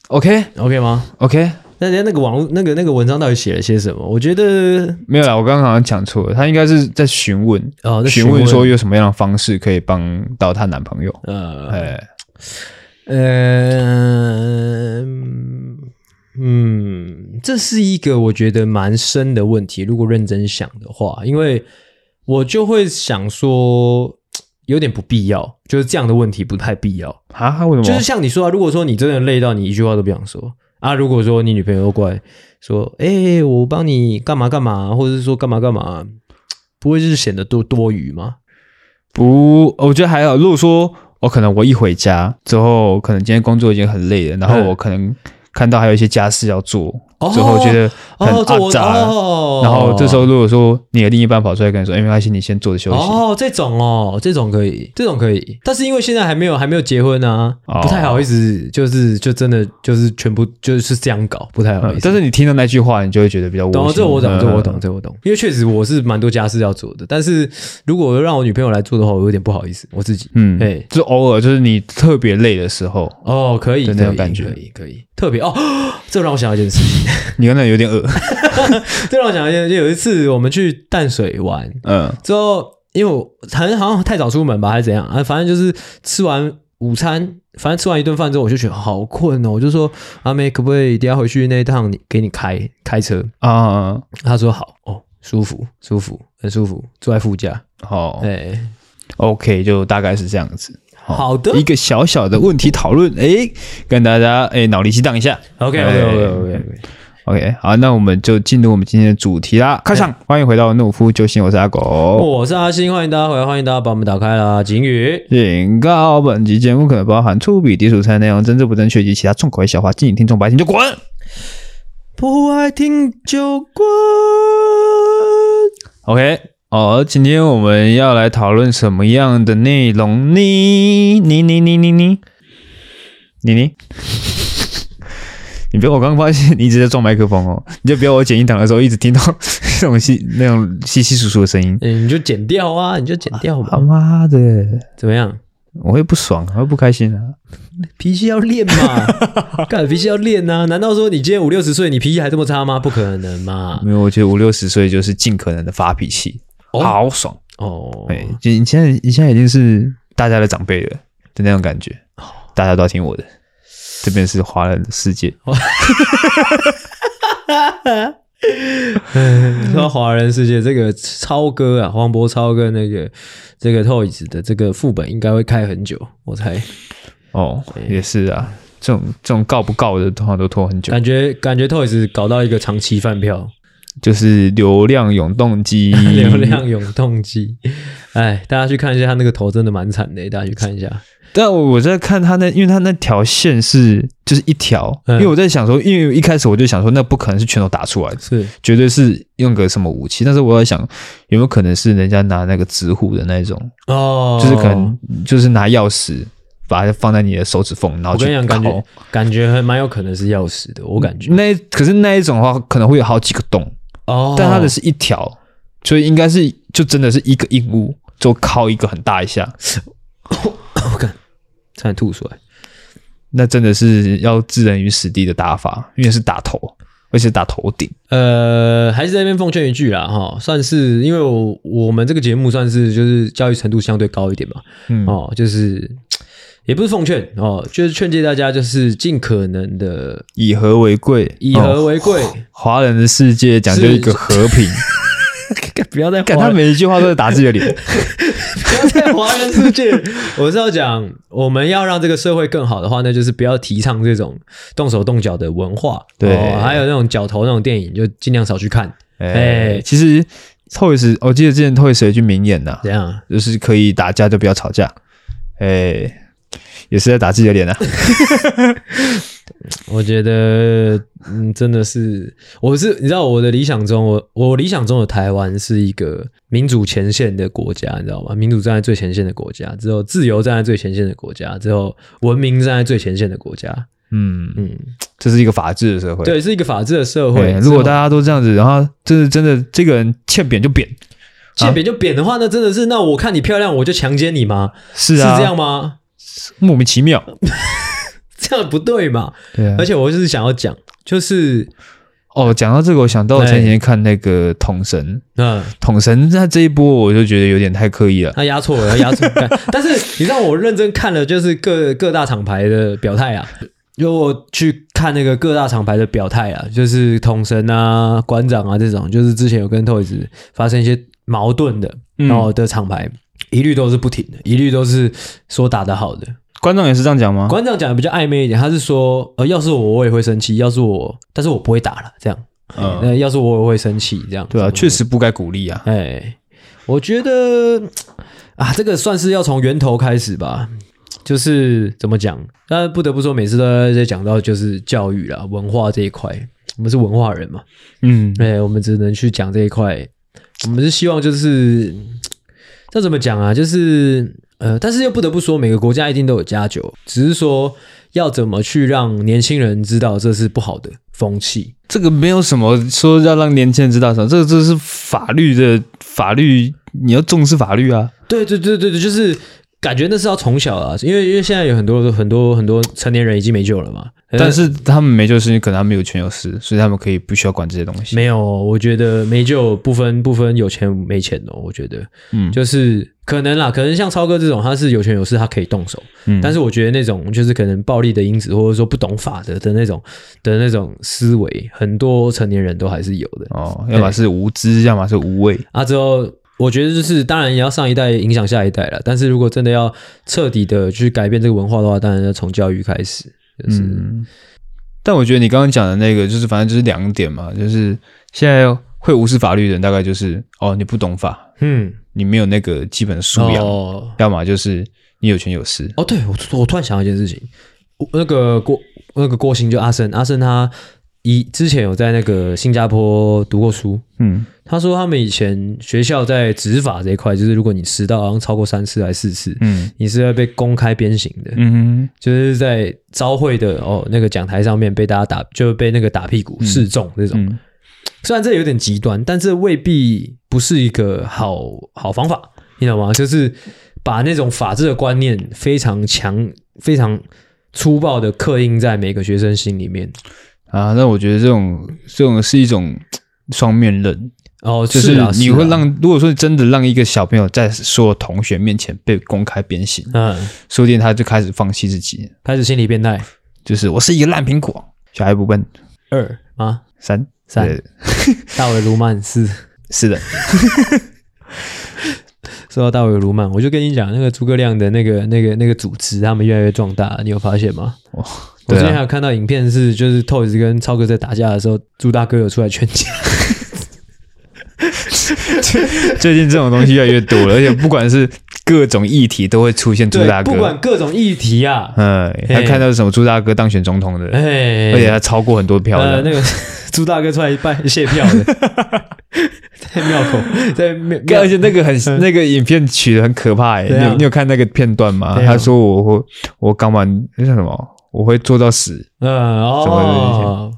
S2: OK
S1: ，OK 吗？
S2: OK，
S1: 那人家那个网络那个那个文章到底写了些什么？我觉得
S2: 没有啦，我刚刚好像讲错了，他应该是在询问，
S1: 哦，在
S2: 询问说有什么样的方式可以帮到她男朋友。
S1: 呃
S2: 哎，
S1: 呃嗯嗯，这是一个我觉得蛮深的问题。如果认真想的话，因为我就会想说，有点不必要，就是这样的问题不太必要。
S2: 啊，为什
S1: 就
S2: 么
S1: 是？像你说啊，如果说你真的累到你一句话都不想说啊，如果说你女朋友过来说，哎、我帮你干嘛干嘛，或者是说干嘛干嘛，不会是显得多多余吗？
S2: 不，哦我觉得还好。如果说我、可能我一回家之后，可能今天工作已经很累了，然后
S1: 嗯
S2: 我可能看到还有一些家事要做，
S1: 哦
S2: 之后觉得很
S1: 哦，这
S2: 阿
S1: 我
S2: 杂。
S1: 哦，
S2: 然后这时候如果说你的另一半跑出来跟你说，哎、没关系，你先坐着休息。
S1: 哦，这种哦，这种可以，这种可以，但是因为现在还没有还没有结婚啊，
S2: 哦
S1: 不太好意思，就是就真的就是全部就是这样搞，不太好意
S2: 嗯
S1: 思。
S2: 但是你听到那句话，你就会觉得比较窝
S1: 懂，
S2: 心。
S1: 这我懂，
S2: 嗯
S1: 这我懂，。这我懂。因为确实我是蛮多家事要做的，但是如果让我女朋友来做的话，我有点不好意思，我自己。
S2: 嗯，
S1: 哎
S2: 对，就偶尔就是你特别累的时候，
S1: 哦，可以，
S2: 的那种
S1: 可以
S2: 感觉
S1: 可以，可以，特别哦，这让我想到一件事情，
S2: 你可能有点饿。
S1: 这让我想到一件，就有一次我们去淡水玩
S2: 嗯，
S1: 之后，因为我好像好像太早出门吧，还是怎样啊，反正就是吃完午餐，反正吃完一顿饭之后，我就觉得好困哦，我就说阿妹可不可以等一下回去那一趟你给你开开车？
S2: 啊，
S1: 她说好哦，舒服舒服，很舒服，坐在副驾，
S2: 好
S1: 哎，
S2: ，OK，就大概是这样子。
S1: 好的
S2: 一个小小的问题讨论，哎，跟大家哎脑力激荡一下。
S1: OK OK OK OK，
S2: OK，好，那我们就进入我们今天的主题啦。开场，欢迎回到懦夫救星，我是阿狗。
S1: 哦我是阿星，欢迎大家回来，欢迎大家把我们打开啦，景宇，
S2: 警告：本集节目可能包含粗鄙、低俗、猜内容、政治不正确及其他重口味笑话，敬请听众白天就滚。
S1: 不爱听就滚。
S2: OK，哦，今天我们要来讨论什么样的内容呢？你你你你你你你， 你别！我刚刚发现你一直在撞麦克风哦，你就不要我剪音档的时候一直听到 那种稀那种稀稀疏疏的声音。
S1: 嗯，你就剪掉啊，你啊就剪掉
S2: 他
S1: 嘛，
S2: 妈的，
S1: 怎么样？
S2: 我会不爽，我会不开心啊！
S1: 脾气要练 嘛，干脾气要练啊！难道说你今天五六十岁，你脾气还这么差吗？不可能嘛！
S2: 没有，我觉得五六十岁就是尽可能的发脾气，
S1: 哦
S2: 好爽。
S1: 哦，
S2: 对，就你现在你现在已经是大家的长辈了的那种感觉，大家都要听我的。这边是华人的世界，
S1: 说华人世界这个超哥啊，黄渤超哥那个这个 Toys 的这个副本应该会开很久，我猜。
S2: 哦，也是啊，这种这种告不告的，通常都拖很久，
S1: 感觉感觉 Toys 搞到一个长期饭票，
S2: 就是流量永动 机，
S1: 流量永动机。哎，大家去看一下他那个头，真的蛮惨的，大家去看一下。
S2: 但我在看他那，因为他那条线是就是一条，
S1: 嗯
S2: 因为我在想说，因为一开始我就想说，那不可能是拳头打出来的，
S1: 是
S2: 绝对是用个什么武器。但是我在想，有没有可能是人家拿那个纸虎的那种，
S1: 哦，
S2: 就是可能就是拿钥匙把它放在你的手指缝，然后
S1: 我
S2: 去
S1: 跟你讲，感
S2: 敲
S1: 觉感觉还蛮有可能是钥匙的，我感觉。
S2: 那可是那一种的话，可能会有好几个洞，
S1: 哦，
S2: 嗯但它的是一条，所以应该是就真的是一个硬物，就敲一个很大一下，
S1: 差点吐出来。
S2: 那真的是要置人于死地的打法，因为是打头，而且打头顶。
S1: 呃，还是在那边奉劝一句啦，哈，算是因为我我们这个节目算是就是教育程度相对高一点嘛，
S2: 嗯
S1: 哦，就是也不是奉劝哦，就是劝诫大家就是尽可能的
S2: 以和为贵，
S1: 以和为贵，
S2: 哦华人的世界讲究一个和 平，
S1: 不要再
S2: 看他每一句话都在打自己的脸。
S1: 不要在华人世界。我是要讲，我们要让这个社会更好的话，那就是不要提倡这种动手动脚的文化。
S2: 对
S1: 哦还有那种脚头那种电影，就尽量少去看。
S2: 哎、
S1: 哎
S2: 其实 Toys，我记得之前 Toys 有一句名言呐、
S1: 怎样？
S2: 就是可以打架就不要吵架。哎、也是在打自己的脸啊。
S1: 我觉得，嗯，真的是，我是你知道我的理想中，我我理想中的台湾是一个民主前线的国家，你知道吗？民主站在最前线的国家，之后自由站在最前线的国家，之后文明站在最前线的国家。
S2: 嗯，
S1: 嗯，
S2: 这是一个法治的社会。
S1: 对，是一个法治的社
S2: 对，
S1: 会。
S2: 哦如果大
S1: 家
S2: 家都这样子，然后真的真的这个人欠扁就扁，
S1: 见扁就扁的话，那真的是，那我看你漂亮，我就强奸你吗？
S2: 是
S1: 是
S2: 啊，
S1: 这样吗？
S2: 莫名其妙。
S1: 这样不对嘛？
S2: 对啊
S1: 而，且我就是想要讲，就是
S2: 哦，讲到这个，我想到我前几
S1: 哎
S2: 天看那个统神，
S1: 嗯，
S2: 统神在这一波我就觉得有点太刻意了。
S1: 他压错了，他压错。 干但是你知道我认真看了，就是各各大厂牌的表态啊，就我去看那个各大厂牌的表态啊，就是统神啊、馆长啊这种，就是之前有跟 Toys 发生一些矛盾的，
S2: 嗯
S1: 然后的厂牌。一律都是不停的，一律都是说打得好的。
S2: 观众也是这样讲吗？
S1: 馆长讲的比较暧昧一点，他是说，呃，要是我我也会生气，要是我，但是我不会打了，这样。
S2: 嗯
S1: 呃，要是我也会生气，这样。
S2: 对啊，
S1: 嗯
S2: 确实不该鼓励啊。
S1: 哎，我觉得啊，这个算是要从源头开始吧。就是怎么讲，那不得不说，每次都在讲到就是教育啦、文化这一块，我们是文化人嘛，
S2: 嗯，
S1: 哎，我们只能去讲这一块。我们是希望就是，这怎么讲啊？就是呃，但是又不得不说，每个国家一定都有家酒，只是说要怎么去让年轻人知道这是不好的风气。
S2: 这个没有什么说要让年轻人知道什么，这个这是法律的法律，你要重视法律啊。
S1: 对对对对对，就是感觉那是要从小啊，因为因为现在有很多很多很多成年人已经没救了嘛。
S2: 但是他们没救是因为可能他们有权有势，所以他们可以不需要管这些东西。
S1: 没有，我觉得没救不分不分有钱没钱哦，我觉得
S2: 嗯，
S1: 就是可能啦，可能像超哥这种他是有权有势，他可以动手，
S2: 嗯
S1: 但是我觉得那种就是可能暴力的因子，或者说不懂法则的那种的那种思维，很多成年人都还是有的。
S2: 哦，要么是无知，要么是无畏。
S1: 啊之后，我觉得就是当然也要上一代影响下一代了，但是如果真的要彻底的去改变这个文化的话，当然要从教育开始。就是、
S2: 嗯，但我觉得你刚刚讲的那个，就是反正就是两点嘛，就是现在会无视法律的人，大概就是哦，你不懂法，
S1: 嗯，
S2: 你没有那个基本素养，
S1: 哦
S2: 要么就是你有权有势。
S1: 哦，对我我突然想到一件事情，我那个郭那个郭兴就阿生，阿生他以之前有在那个新加坡读过书，
S2: 嗯，
S1: 他说他们以前学校在执法这一块，就是如果你迟到好像超过三次还是四次，
S2: 嗯
S1: 你是会被公开鞭刑的，
S2: 嗯
S1: 就是在招会的哦那个讲台上面被大家打，就被那个打屁股示众这种。
S2: 嗯
S1: 虽然这有点极端，但这未必不是一个好好方法，你懂吗？就是把那种法治的观念非常强、非常粗暴的刻印在每个学生心里面。
S2: 啊，那我觉得这种这种是一种双面刃，
S1: 哦，
S2: 就是
S1: 啊
S2: 你
S1: 啊
S2: 会让，如果说真的让一个小朋友在所有同学面前被公开鞭刑，
S1: 嗯，
S2: 说不定他就开始放弃自己，
S1: 开始心理变态
S2: 就是我是一个烂苹果，小孩不笨，
S1: 二啊，
S2: 三
S1: 三
S2: 对
S1: 大卫卢曼四。
S2: 是 的，
S1: 说到大卫卢曼，我就跟你讲，那个诸葛亮的那个、那个、那个组织，他们越来越壮大，你有发现吗？
S2: 哦
S1: 我
S2: 对
S1: 之前还
S2: 啊，
S1: 有看到影片是，就是透 o y 跟超哥在打架的时候，朱大哥有出来劝架。
S2: 最近这种东西越来 越多了，而且不管是各种议题都会出现朱大
S1: 对，不管
S2: 哥，
S1: 各种议题啊，
S2: 嗯，还看到什么朱大哥当选总统的，
S1: 哎，
S2: 而且他超过很多票
S1: 呃
S2: 的，
S1: 那个 朱大哥出来拜谢票的，在庙口，在庙
S2: 干
S1: 庙
S2: 而且那 个很那个影片取的很可怕哎、
S1: 啊对啊
S2: 你有你有看那个片段吗？
S1: 对啊
S2: 他说我会我刚完那叫什么，我会做到死。
S1: 嗯哦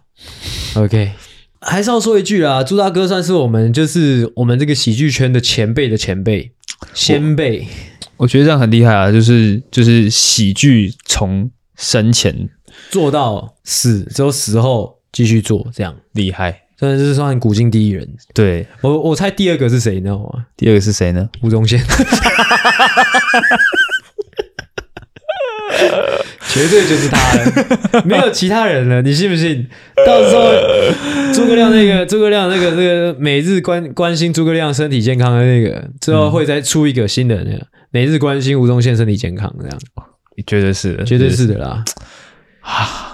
S1: ，OK。还 是要说一句啦，朱大哥算是我们就是我们这个喜剧圈的前辈的前辈先辈，
S2: 我觉得这样很厉害啊，就是就是喜剧从生前
S1: 做到死，只有死后继续做，这样
S2: 厉害。
S1: 真的是算古今第一人。
S2: 对，
S1: 我我猜第二个是谁，你知道吗？
S2: 第二个是谁呢？
S1: 吴宗宪，绝对就是他了，没有其他人了，你信不信？到时候诸葛亮那个诸葛亮那个那个每日关关心诸葛亮身体健康的那个，之后会再出一个新的那个每日关心吴宗宪身体健康，这样
S2: 哦绝对是的，
S1: 绝对是的啦。啊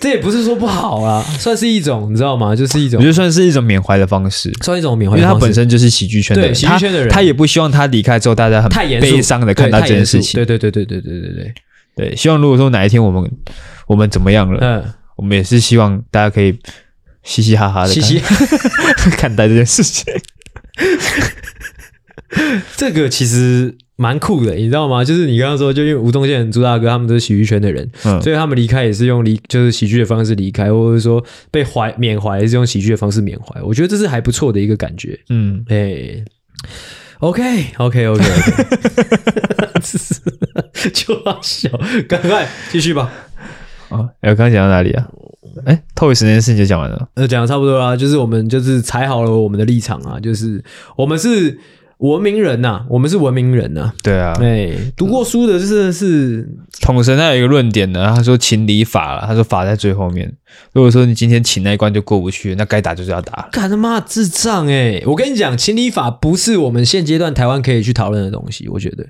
S1: 这也不是说不好啊，算是一种你知道吗？就是一
S2: 我
S1: 种
S2: 觉得算是一种缅怀的方式，
S1: 算一种缅
S2: 因
S1: 怀
S2: 为
S1: 的
S2: 他
S1: 方式，
S2: 本身就是喜剧圈的人，
S1: 对喜剧圈的人
S2: 他他也不希望他离开之后大家很
S1: 太严肃
S2: 悲伤的看
S1: 对
S2: 到
S1: 太
S2: 这件
S1: 严肃
S2: 事情。
S1: 对对对对对对对对，
S2: 对希望如果说哪一天我们我们怎么样了，
S1: 嗯。
S2: 我们也是希望大家可以嘻嘻哈哈的
S1: 嘻嘻
S2: 看待这件事情。
S1: 这个其实蛮酷的，你知道吗？就是你刚刚说，就因为吴宗宪、朱大哥他们都是喜剧圈的人，
S2: 嗯
S1: 所以他们离开也是用离就是喜剧的方式离开，或者说被怀缅怀也是用喜剧的方式缅怀。我觉得这是还不错的一个感觉。
S2: 嗯，
S1: 哎、o k OK OK OK，就要笑，赶快继续吧。
S2: 哦，哎我刚刚讲到哪里啊？哎，透一时间事情就讲完了。
S1: 呃，讲的差不多啦，就是我们就是踩好了我们的立场啊，就是我们是文明人呐、我们是文明人呐、
S2: 对啊
S1: 哎、读过书的真的是
S2: 统神他有一个论点呢，他说情理法了，他说法在最后面。如果说你今天情那一关就过不去，那该打就是要打。
S1: 干他妈智障哎、我跟你讲，情理法不是我们现阶段台湾可以去讨论的东西，我觉得，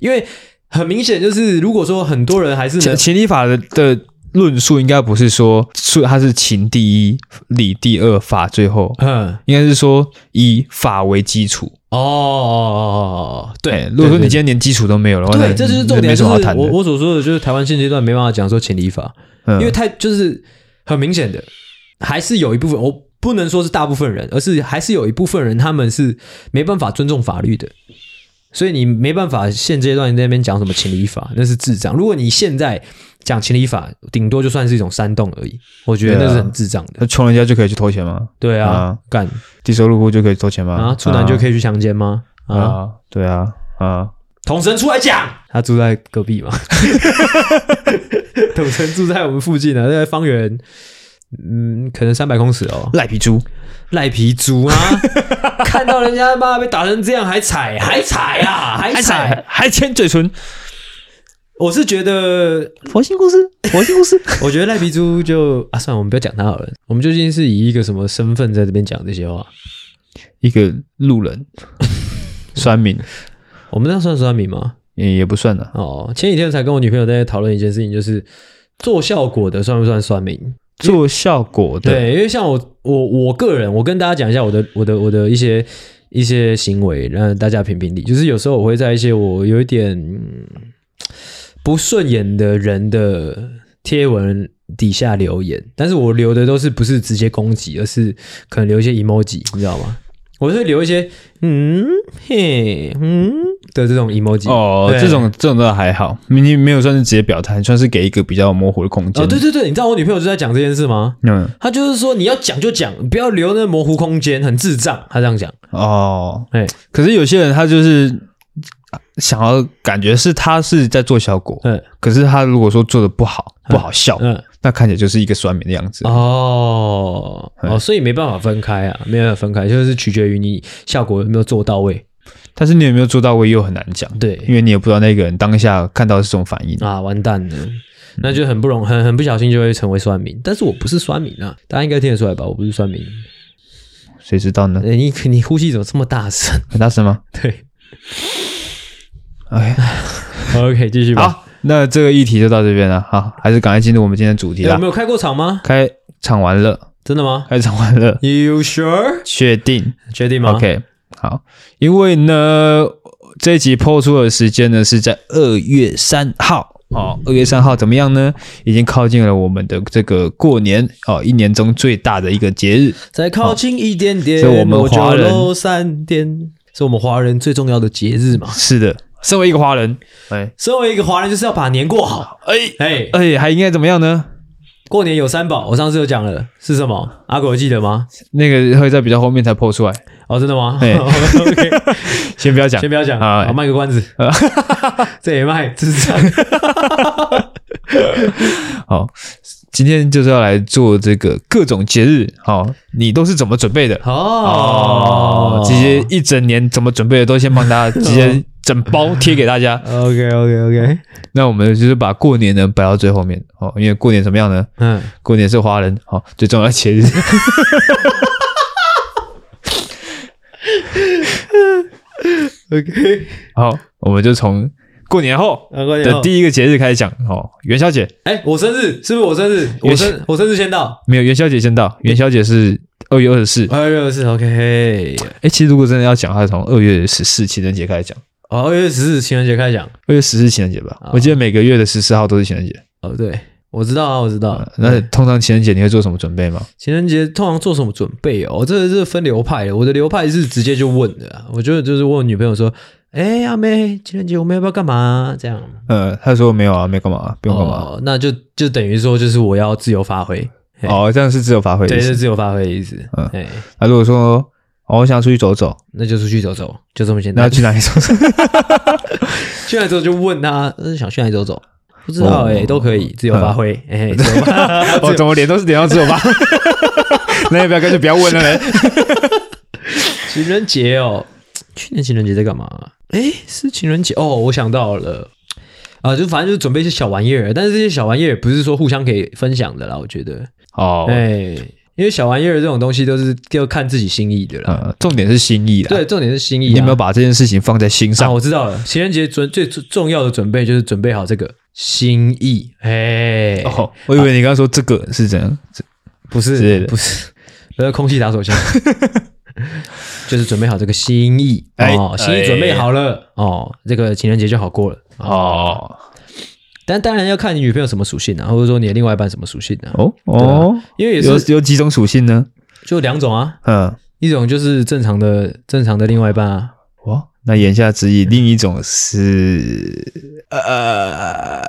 S1: 因为很明显就是，如果说很多人还是
S2: 情
S1: 能
S2: 情理法的的论述应该不是说说它是情第一，理第二，法最后，
S1: 嗯
S2: 应该是说以法为基础。
S1: 哦哦，
S2: 对，如果说你今天连基础都没有的话，那
S1: 对，这就是重
S2: 那
S1: 点，
S2: 没
S1: 就
S2: 什么好
S1: 是
S2: 谈的
S1: 我。我所说的，就是台湾现阶段没办法讲说情理法，
S2: 嗯
S1: 因为太就是很明显的，还是有一部分我。不能说是大部分人，而是还是有一部分人，他们是没办法尊重法律的，所以你没办法现阶段在那边讲什么情理法，那是智障。如果你现在讲情理法，顶多就算是一种煽动而已，我觉得
S2: 对啊
S1: 那是很智障的。
S2: 那穷人家就可以去偷钱吗？
S1: 对啊
S2: 啊，
S1: 干
S2: 低收入户就可以偷钱吗？
S1: 啊，处男就可以去强奸吗？
S2: 啊
S1: 啊，
S2: 对啊啊，
S1: 统神出来讲，他住在隔壁嘛，统神住在我们附近啊，在方圆，嗯，可能三百公尺哦。
S2: 赖皮猪，
S1: 赖皮猪 啊，看到人家妈被打成这样还踩，还踩啊，还踩！
S2: 还牵嘴唇，
S1: 我是觉得，
S2: 佛性故事，佛性故事。
S1: 我觉得赖皮猪就啊，算了，我们不要讲他好了。我们究竟是以一个什么身份在这边讲这些话？
S2: 一个路 人，酸民
S1: 我们那算酸民吗？
S2: 也也不算啊了。
S1: 哦，前几天才跟我女朋友在讨论一件事情，就是做效果的算不算酸民？
S2: 做效果的，
S1: 对，因为像我我我个人，我跟大家讲一下我的我的我的一些一些行为，让大家评评理。就是有时候我会在一些我有一点嗯不顺眼的人的贴文底下留言，但是我留的都是不是直接攻击，而是可能留一些 emoji，你知道吗？我会留一些嗯嘿嗯的这种 emoji
S2: 哦，
S1: 对
S2: 这种这种倒还好，你没有算是直接表态，算是给一个比较模糊的空间。
S1: 哦，对对对，你知道我女朋友就在讲这件事吗？
S2: 嗯，
S1: 她就是说你要讲就讲，不要留那模糊空间，很智障。她这样讲，
S2: 哦，
S1: 哎，
S2: 可是有些人他就是想要感觉是他是在做效果，
S1: 嗯
S2: 可是他如果说做的不好，
S1: 嗯
S2: 不好笑，
S1: 嗯，
S2: 那看起来就是一个酸民的样子。
S1: 哦哦，
S2: 哎
S1: 所以没办法分开啊，没办法分开，就是取决于你效果有没有做到位。
S2: 但是你有没有做到位又很难讲，因
S1: 对
S2: 为你也不知道那个人当下看到是这种反应。
S1: 啊，完蛋了，
S2: 嗯
S1: 那就很不容很很不小心就会成为酸民。但是我不是酸民啊，大家应该听得出来吧？我不是酸民。
S2: 谁知道呢？
S1: 哎你你呼吸怎么这么大声？
S2: 很大声吗？
S1: 对
S2: 哎，
S1: ，OK，继续吧。哎
S2: 好，那这个议题就到这边了。好，还是赶快进入我们今天的主题
S1: 哎我
S2: 啦
S1: 们。有开过场吗？
S2: 开场完了，
S1: 真的吗
S2: 开场完了，
S1: ？You sure？
S2: 确定。
S1: 确定吗
S2: OK，好，因为呢，这一集播出的时间呢是在二月三号哦，二月三号怎么样呢？已经靠近了我们的这个过年哦，一年中最大的一个节日。
S1: 再靠近一点点，
S2: 这我们华人
S1: 就搂三点，是我们华人最重要的节日嘛。
S2: 是的，身为一个华人，哎
S1: 身为一个华人，就是要把年过好。
S2: 哎
S1: 哎，
S2: 哎，还应该怎么样呢？
S1: 过年有三宝，我上次有讲了，是什么？阿狗有记得吗？
S2: 那个会在比较后面才播 出来，
S1: 哦，真的吗
S2: 哎
S1: ？OK，
S2: 先不要讲
S1: 先。不要讲，
S2: 好哦
S1: 好卖个关 子，这也卖，智障。
S2: 好，今天就是要来做这个各种节日，好，你都是怎么准备的？
S1: 哦
S2: 哦，，直接一整年怎么准备的都先帮大家直接整包贴给大 家。
S1: OK OK OK，
S2: 那我们就是把过年呢摆到最后面哦，因为过年怎么样呢？
S1: 嗯，
S2: 过年是华人哦最重要的节 日。
S1: OK，
S2: 好，我们就从过年后
S1: 啊过年后
S2: 的第一个节日开始讲哦，元宵节
S1: 哎，我生日是不是我生日？我生我生日先到，
S2: 没有元宵节先到，元宵节是二月二十四。
S1: 二月二十四 OK，
S2: 哎，其实如果真的要讲，它是从二月十四情人节开始讲，
S1: 哦，二月十四情人节开讲。
S2: 二月十四情人节吧
S1: 哦。
S2: 我记得每个月的十四号都是情人节。
S1: 哦，对，我知道啊，我知道。
S2: 呃那通常情人节你会做什么准备吗？
S1: 情人节通常做什么准备哦？这个是分流派的，我的流派是直接就问的啊、我觉得就是问女朋友说：“哎、阿妹，情人节我们要不要干嘛、这样
S2: 呃，他说没有啊，没干嘛，不用干嘛。
S1: 哦，那就就等于说就是我要自由发挥，嘿
S2: 哦，这样是自由发挥的
S1: 对，
S2: 意
S1: 是
S2: 思。
S1: 自由发挥的意思。
S2: 嗯
S1: 哎、
S2: 那如果说哦，我想出去走走，
S1: 那就出去走走，就这么简
S2: 那要
S1: 单。
S2: 去哪 里走走？
S1: 去哪里走就问他，呃想去哪里走走，不知道
S2: 哦嗯
S1: 哎、都可以自由发挥。哎、自由发
S2: 我哦怎么连都是连到自由吧？ 那要不要干脆不要问了嘞？
S1: 情人节哦，去年情人节在干嘛啊？诶，是情人节哦，我想到了。啊，就反正就是准备一些小玩意儿，但是这些小玩意儿不是说互相可以分享的啦，我觉得，
S2: 哦
S1: 哎、，因为小玩意儿这种东西都是要看自己心意的啦。
S2: 呃，重点是心意啦。
S1: 对，，重点是心意、啊。
S2: 你有没有把这件事情放在心
S1: 啊？
S2: 上？
S1: 我知道了，情人节准最最重要的准备就是准备好这个心意。哎、
S2: 哦，我以为你刚刚说这个是怎样？这
S1: 不
S2: 之类
S1: 是
S2: 的
S1: 不是，呃，空气打手 枪，就是准备好这个心意
S2: 哎
S1: 哦，心意
S2: 哎
S1: 准备好了、哦，这个情人节就好过了。
S2: 哦
S1: 但当然要看你女朋友什么属性啊，或者说你的另外一半什么属性啊，
S2: 哦哦，
S1: 因为也
S2: 有
S1: 是
S2: 有几种属性呢？
S1: 就两种啊，
S2: 嗯，
S1: 一种就是正常的正常的另外一半啊，
S2: 哇，那言下之意，另一种是呃，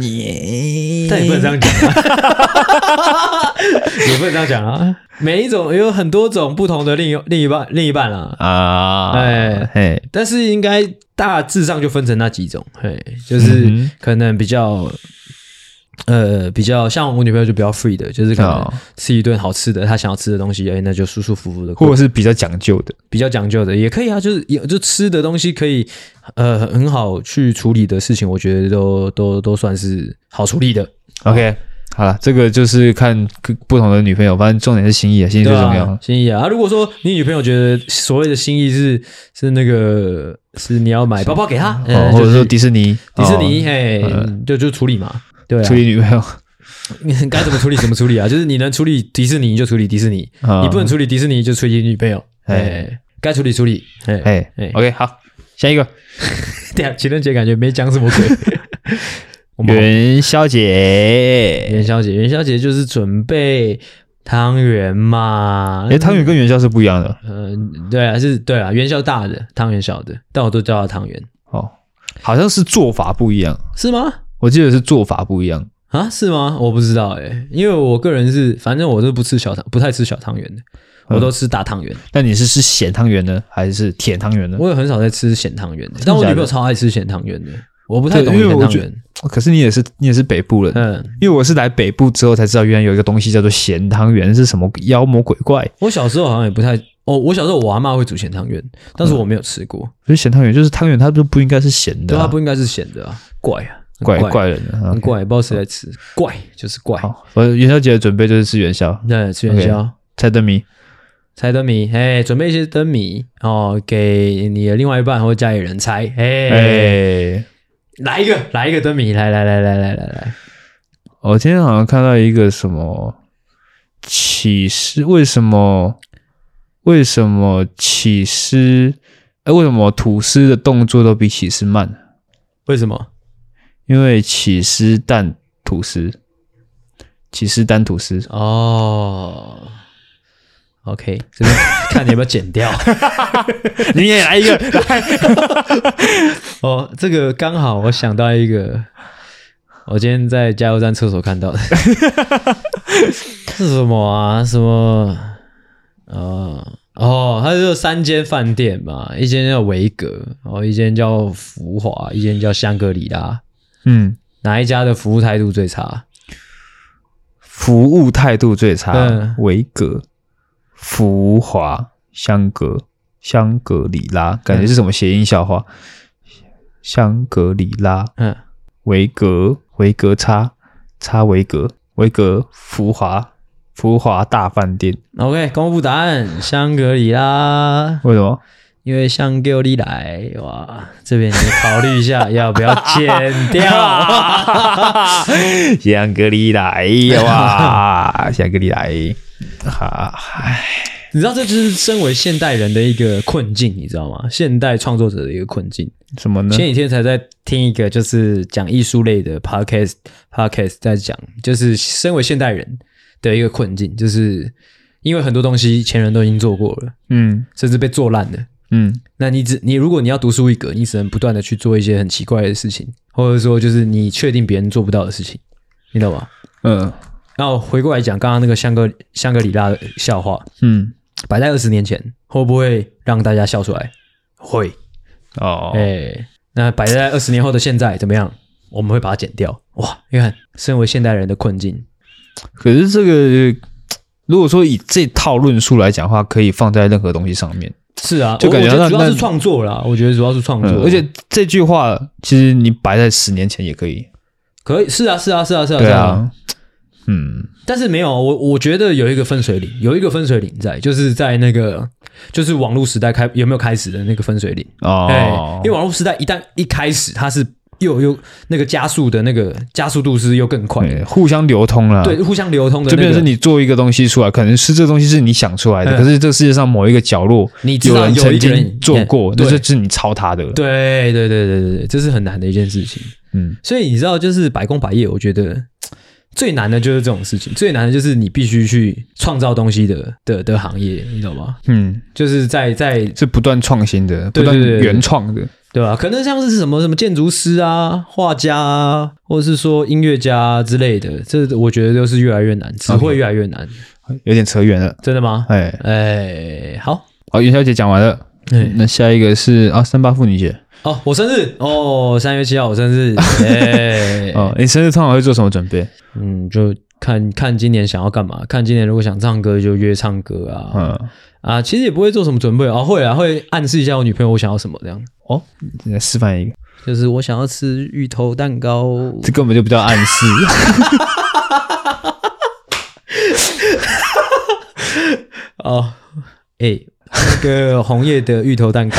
S2: 你
S1: 但也不能这样讲、啊。 也不能这样讲啊！每一种有很多种不同的另一另一半另一半啊，
S2: 啊，
S1: 哎
S2: 嘿，
S1: 但是应该大致上就分成那几种，嘿，就是
S2: 嗯
S1: 可能比较，呃，比较像我女朋友就比较 free 的，就是可能
S2: 哦
S1: 吃一顿好吃的，她想要吃的东西，哎、那就舒舒服服的
S2: 或
S1: 过
S2: 者，是比较讲究的，
S1: 比较讲究的也可以啊，就是也就吃的东西可以，呃，很好去处理的事情，我觉得都都都算是好处理的，
S2: OK，好了，这个就是看各不同的女朋友，反正重点是心意啊，心意最
S1: 对
S2: 重要。
S1: 啊，心意啊。啊如果说你女朋友觉得所谓的心意是是那个是你要买包包给她，
S2: 哦，
S1: 呃
S2: 或
S1: 就
S2: 者
S1: 是
S2: 说迪士尼，
S1: 迪士尼，
S2: 哦
S1: 嘿，
S2: 嗯
S1: 就就处理嘛，对啊，
S2: 处理女朋友，
S1: 你 该怎么处理怎么处理啊？就是你能处理迪士尼你就处理迪士尼，
S2: 啊
S1: 你不能处理迪士尼就处理女朋友。
S2: 哎
S1: 哎，该处理处理。哎，
S2: 哎
S1: 哎
S2: ，OK，好，下一个
S1: 对啊，情人节感觉没讲什么鬼。我们
S2: 元宵节
S1: 元，宵节，元宵节就是准备汤圆嘛。
S2: 哎，汤圆跟元宵是不一样的。
S1: 嗯、对啊，是对啊，元宵大的，汤圆小的，但我都叫它汤圆，
S2: 哦，好像是做法不一样，
S1: 是吗？
S2: 我记得是做法不一样。
S1: 啊，是吗？我不知道哎、因为我个人是，反正我是不吃小汤，不太吃小汤圆的，
S2: 嗯
S1: 我都吃大汤圆。
S2: 那你是吃咸汤圆呢，还是甜汤圆呢？
S1: 我也很少在吃咸汤圆的，
S2: 的
S1: 但我女
S2: 假的
S1: 朋友超爱吃咸汤圆的，我不太
S2: 对
S1: 懂
S2: 因为
S1: 咸
S2: 我
S1: 汤
S2: 觉得
S1: 圆。
S2: 可是你也是你也是北部人，
S1: 嗯，
S2: 因为我是来北部之后才知道，原来有一个东西叫做咸汤圆，是什么妖魔鬼怪？
S1: 我小时候好像也不太，哦，我小时候我阿妈会煮咸汤圆，但是我没有吃过，
S2: 所以咸汤圆就是汤圆，它就不应该是咸
S1: 对
S2: 的、
S1: 它
S2: 嗯啊，
S1: 不应嗯该是咸的啊，怪啊，很
S2: 怪
S1: 怪
S2: 怪人的、啊
S1: 很。怪，不知道谁在吃，怪就是怪。
S2: 好，我元宵节的准备就是吃元宵，
S1: 那吃元
S2: OK
S1: 宵。
S2: 猜灯谜。
S1: 猜灯谜，哎，准备一些灯谜哦，给你的另外一半或家里人猜，哎，
S2: 哎、
S1: 来一个，来一个灯谜，来来来来来来来，
S2: 我今天好像看到一个什么起司，为什么为什么起司？哎、为什么吐司的动作都比起司慢？
S1: 为什么？
S2: 因为起司蛋吐司，起司蛋吐司。
S1: 哦，OK，这边看你要不要剪掉。
S2: 你也来一个，
S1: 哦，这个刚好我想到一个，我今天在加油站厕所看到的，是什么啊？什么？呃，哦，它就三间饭店嘛，一间叫维格，然后一间叫福华，一间叫香格里拉。
S2: 嗯，
S1: 哪一家的服务态度最差？
S2: 服务态度最差
S1: 嗯，
S2: 维格、福华、香格、香格里拉，感觉是什么谐音笑话？香格里拉、
S1: 嗯，
S2: 维格、维格差、差维格、维格、福华、福华大饭店，
S1: OK，公布答案，香格里拉，
S2: 为什么？
S1: 因为香格里来，哇，这边你考虑一下要不要剪 掉。
S2: 香格里拉，哎哇，香格里拉，哎哈，唉
S1: 你知道这就是身为现代人的一个困境，你知道吗？现代创作者的一个困境。
S2: 什么呢？
S1: 前几天才在听一个就是讲艺术类的 podcast podcast，在讲就是身为现代人的一个困境，就是因为很多东西前人都已经做过了，
S2: 嗯
S1: 甚至被做烂了。
S2: 嗯，
S1: 那你只你如果你要独树一格，你只能不断的去做一些很奇怪的事情，或者说就是你确定别人做不到的事情，你懂吗？
S2: 嗯
S1: 然后回过来讲刚刚那个香格香格里拉的笑话，
S2: 嗯，
S1: 摆在二十年前会不会让大家笑出来？会，
S2: 哦
S1: 哎、，那摆在二十年后的现在怎么样？我们会把它剪掉。哇，你看，身为现代人的困境，
S2: 可是这个，如果说以这套论述来讲的话，可以放在任何东西上面。
S1: 是啊，
S2: 就
S1: 我
S2: 感觉
S1: 我
S2: 那
S1: 得主要
S2: 那嗯
S1: 是创作啦，我觉得主要是创作，
S2: 而且这句话其实你摆在十年前也可以。
S1: 可以是啊，是啊，是啊，是啊，
S2: 对
S1: 是
S2: 啊，嗯，
S1: 但是没有，我我觉得有一个分水岭，有一个分水岭在，就是在那个就是网络时代开有没有开始的那个分水岭。哎、
S2: 哦，
S1: 因为网络时代一旦一开始，它是又又那个加速的那个加速度是又更快的，
S2: 对哎互相流通了。
S1: 对，。互相流通的、
S2: 就
S1: 那个。
S2: 变啊成是你做一个东西出来，可能是这东西是你想出来
S1: 嗯
S2: 的，可是这世界上某一个角落，
S1: 你知
S2: 有
S1: 道
S2: 人
S1: 有
S2: 曾
S1: 一个
S2: 经
S1: 人嗯
S2: 做过，那
S1: 对
S2: 就是你抄他的了。，
S1: 对对对对对对，这是很难的一件事情。
S2: 嗯，
S1: 所以你知道，就是百工百业，我觉得最难的就是这种事情，最难的就是你必须去创造东西的的的行业，你懂吗？
S2: 嗯，
S1: 就是在在
S2: 是不断创新的，不
S1: 对对
S2: 断
S1: 对对对
S2: 原创的，
S1: 对吧、可能像是什么什么建筑师啊、画家啊，或者是说音乐家、啊、之类的，这我觉得都是越来越难，只会越来越难。
S2: 有点扯远了。
S1: 真的吗？
S2: 哎，
S1: 哎，好，
S2: 好，元宵节讲完了，
S1: 哎，
S2: 那下一个是啊，三八妇女节。
S1: 哦，我生日哦，三月七号我生 日，哎，
S2: 哦，你生日通常会做什么准备？
S1: 嗯，就看看今年想要干嘛，看今年如果想唱歌就约唱歌啊，
S2: 嗯，
S1: 啊，其实也不会做什么准备啊，会啊，会暗示一下我女朋友我想要什么这样。
S2: 哦，你来示范一个，
S1: 就是我想要吃芋头蛋糕，
S2: 这根本就不叫 暗示。
S1: 哦，哎、那 个红叶的芋头蛋糕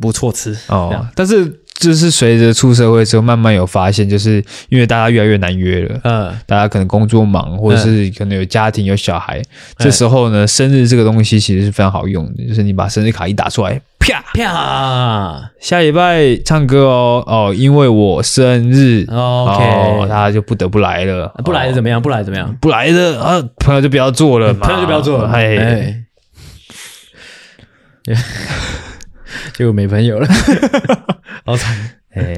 S1: 不错吃，
S2: 哦，但是就是随着出社会之后，慢慢有发现，就是因为大家越来越难约了，
S1: 嗯，
S2: 大家可能工作忙，或者
S1: 哎
S2: 是可能有家庭有小孩，这
S1: 嗯
S2: 时候呢，生日这个东西其实是非常好用的，就是你把生日卡一打出来，啪，
S1: 啪
S2: 下礼拜唱歌哦哦，因为我生日哦，
S1: ，OK，啊
S2: 他就不得不来了，
S1: 不来
S2: 哦
S1: 的怎么样？不来的怎么样？
S2: 不来的啊，嗯朋友就不要做了嘛，
S1: 朋友就不要做了，
S2: 哎，
S1: 哎，结果没朋友了，好惨。
S2: 哎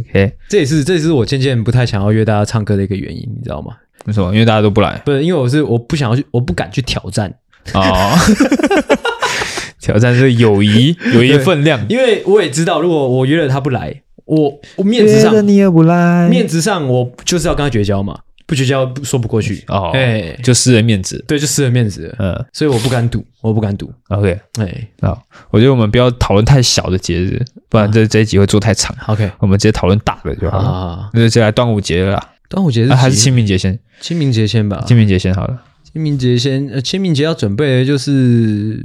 S2: ，OK，
S1: 这也是这也是我渐渐不太想要约大家唱歌的一个原因，你知道吗？
S2: 为什么？因为大家都不来
S1: 不是因为我是我不想要去，我不敢去挑战，
S2: 哦。挑战是友谊，友谊分量。
S1: 因为我也知道，如果我约了他不来，我我面子上
S2: 你也不来
S1: 面子上我就是要跟他绝交嘛，不绝交说不过去。
S2: 哦，
S1: 哎，
S2: 就私人面子。
S1: 对，就失了面子了，
S2: 嗯
S1: 所以我不敢赌，我不敢赌。
S2: ，OK，
S1: 哎
S2: 好，我觉得我们不要讨论太小的节日，不然这这一集会做太长。
S1: ，OK
S2: 我们直接讨论大的就好了。
S1: 啊，
S2: 那就接下来端午节了啦，
S1: 端午节是
S2: 啊还
S1: 几
S2: 是啊清明节先？
S1: 清明节先吧？
S2: 清明节先好了。
S1: 清明节先，呃，清明节要准备的就是，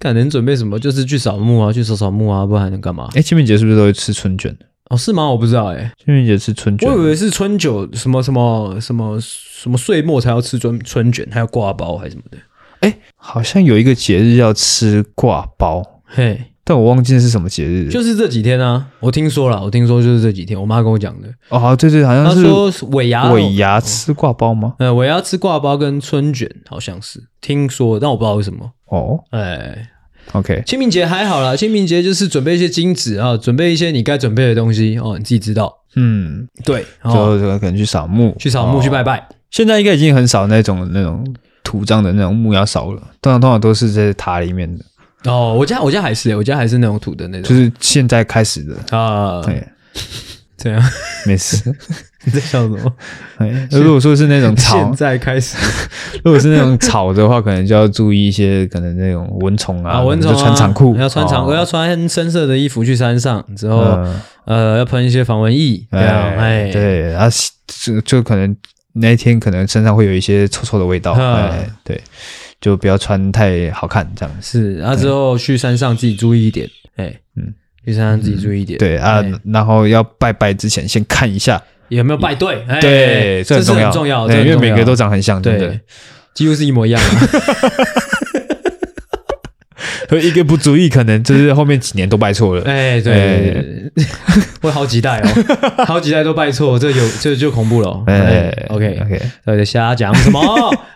S1: 看能准备什么，就是去扫墓啊，去扫扫墓啊，不然还能干嘛？
S2: 哎，清明节是不是都会吃春卷？
S1: 哦，是吗？我不知道哎、
S2: 清明节吃春卷
S1: 我以为是春酒，什么什么什么什么岁末才要吃春春卷，还要挂包还是什么的。
S2: 好像有一个节日要吃挂包，
S1: 嘿，
S2: 但我忘记是什么节日。
S1: 就是这几天啊，我听说了，我听说就是这几天，我妈跟我讲的。
S2: 哦，好对对，好
S1: 她
S2: 像是
S1: 说是尾牙，
S2: 尾牙吃挂包吗？
S1: 呃，尾牙吃挂包跟春卷好像是听说，但我不知道为什么。
S2: 哦
S1: 哎，
S2: ，OK，
S1: 清明节还好啦，清明节就是准备一些金纸啊，准备一些你该准备的东西哦，你自己知道。
S2: 嗯，
S1: 对，
S2: 最
S1: 哦，
S2: 后这个可能去扫墓，
S1: 去扫墓、
S2: 哦
S1: 去拜拜。
S2: 现在应该已经很少那种那种土葬的那种木要烧了，通常通常都是在塔里面的，
S1: 哦，我家我家还是、我家还是那种土的那
S2: 就
S1: 种
S2: 是现在开始的。
S1: 啊，
S2: 对，
S1: 这样
S2: 没事。
S1: 你在笑什么？
S2: 哎如果说是那种草
S1: 现，在开始
S2: 如果是那种草的话，可能就要注意一些可能那种蚊虫啊，
S1: 啊，蚊虫
S2: 可能就穿长裤，
S1: 要穿长裤，
S2: 哦
S1: 要穿深色的衣服去山上，之后、
S2: 嗯
S1: 呃要喷一些防蚊液，这样哎，
S2: 对，然后就就可能那一天可能身上会有一些臭臭的味道，
S1: 嗯
S2: 哎，对，就不要穿太好看这样子。
S1: 是，然后之后去山上自己注意一点，哎，
S2: 哎嗯
S1: 嗯，去山上自己注意一点，
S2: 对啊
S1: 哎，
S2: 然后要拜拜之前先看一下，
S1: 有没有拜对？哎
S2: 对，
S1: 这
S2: 很
S1: 是
S2: 重要，
S1: 重要，
S2: 对
S1: 这很
S2: 因为
S1: 重
S2: 每个
S1: 要
S2: 都长很像，真的
S1: 对，，几乎是一模一样 啊。
S2: 所以一个不注意，可能就是后面几年都拜错了。
S1: 哎，对 对，对会好几代哦，好几代都拜错，这有这就恐怖了哦。
S2: 哎
S1: 哎，OK，
S2: OK，
S1: 到底瞎讲什 么？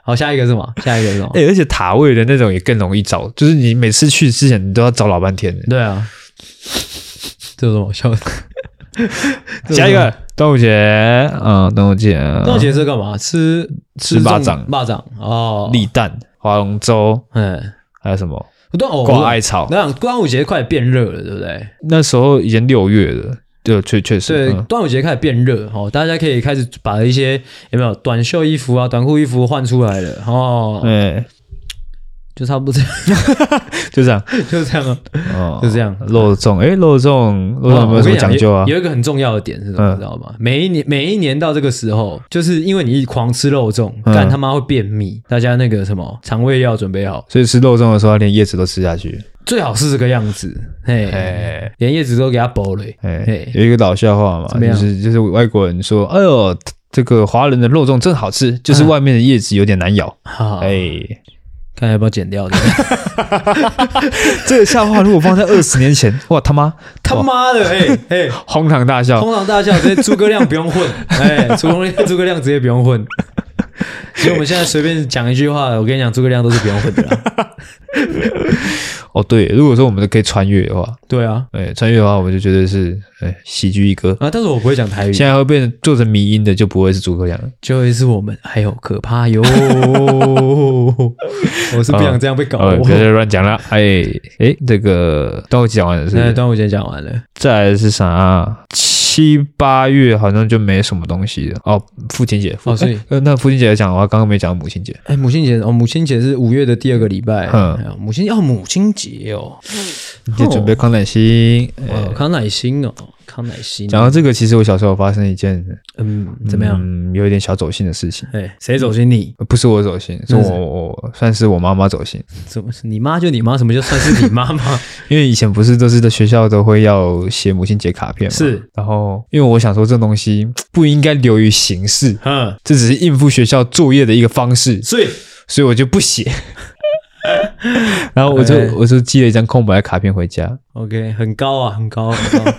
S1: 好，下一个是什么？下一个是什么？
S2: 哎，而且塔位的那种也更容易找，就是你每次去之前你都要找老半 天的。
S1: 对啊，这有什么好笑的？这有什么
S2: 下一个端午节，嗯，端午节，
S1: 端午节是干嘛？吃
S2: 吃
S1: 粽
S2: 蚂蚱
S1: 蚂蚱哦，
S2: 立蛋、划龙舟，
S1: 嗯，
S2: 还有什么
S1: 端午
S2: 挂艾草？
S1: 那端午节快变热了，对不对？
S2: 哦那时候已经六月了，就确确实，
S1: 对，
S2: 嗯
S1: 端午节开始变热哦，大家可以开始把一些有没有短袖衣服啊、短裤衣服换出来了哦，
S2: 哎，
S1: 就差不多这样，
S2: 就这样，
S1: 就这样啊。
S2: 哦，
S1: 就这样
S2: 肉粽，哎，肉粽，肉粽有没有什么讲究
S1: 我
S2: 啊
S1: 跟你讲有？有一个很重要的点是什么，
S2: 嗯
S1: 你知道吗？每一年每一年到这个时候，就是因为你一狂吃肉粽，
S2: 嗯
S1: 干他妈会便秘，大家那个什么肠胃药准备好，
S2: 所以吃肉粽的时候，连叶子都吃下去。
S1: 最好是这个样子，嘿，
S2: 哎
S1: 连叶子都给它剥了。
S2: 哎
S1: 嘿，
S2: 有一个老笑话嘛，
S1: 怎么
S2: 就
S1: 样
S2: 是就是外国人说，哎呦，这个华人的肉粽真好吃，就是
S1: 嗯
S2: 外面的叶子有点难咬。
S1: 好，
S2: 哎，
S1: 看要不要剪掉 这个。
S2: 这个笑话如果放在二十年前， 哇他妈
S1: 他妈的，哎哎，
S2: 哄堂大笑。
S1: 通常大笑，直接诸葛亮不用 混，哎，诸葛亮诸葛亮直接不用混。所以我们现在随便讲一句话，我跟你讲，诸葛亮都是不用混的 啦。
S2: 哦，对，如果说我们都可以穿越的话，
S1: 对啊，
S2: 哎，穿越的话，我就觉得是哎喜剧一哥。
S1: 啊，但是我不会讲台语。
S2: 现在会变成做成迷音的，就不会是诸葛亮了。
S1: 最后一次我们还有可怕 哟，我是不想这样被搞。
S2: 哦，不要再乱讲了。哎哎，这个端午节讲完了是不
S1: 那
S2: 是？
S1: 端午节讲完了，
S2: 再来是啥啊？七八月好像就没什么东西了。哦，父亲节。父
S1: 哦所以
S2: 哎呃那父亲节来讲的话，刚刚没讲母亲节。
S1: 哎，母亲节哦，母亲节是五月的第二个礼拜，
S2: 嗯
S1: 哎呀母亲哦，母亲节哦，
S2: 就准备康乃馨。哎
S1: 哇，康乃馨哦，康乃馨。
S2: 讲到这个，其实我小时候发生一件
S1: 嗯，怎么样？
S2: 嗯，有一点小走心的事情，
S1: 哎，谁走心你？
S2: 呃不是我走心，是
S1: 那是
S2: 我我算是我妈妈走心，
S1: 怎么？你妈就你妈，什么就算是你妈妈？
S2: 因为以前不是都是在学校都会要写母亲节卡片嘛，
S1: 是。
S2: 然后因为我想说这东西不应该流于形式，
S1: 嗯，
S2: 这只是应付学校作业的一个方式，
S1: 所以
S2: 所以我就不写。 然后我就
S1: 哎
S2: 我就寄了一张空白的卡片回家，
S1: OK，很高啊，很高，很高。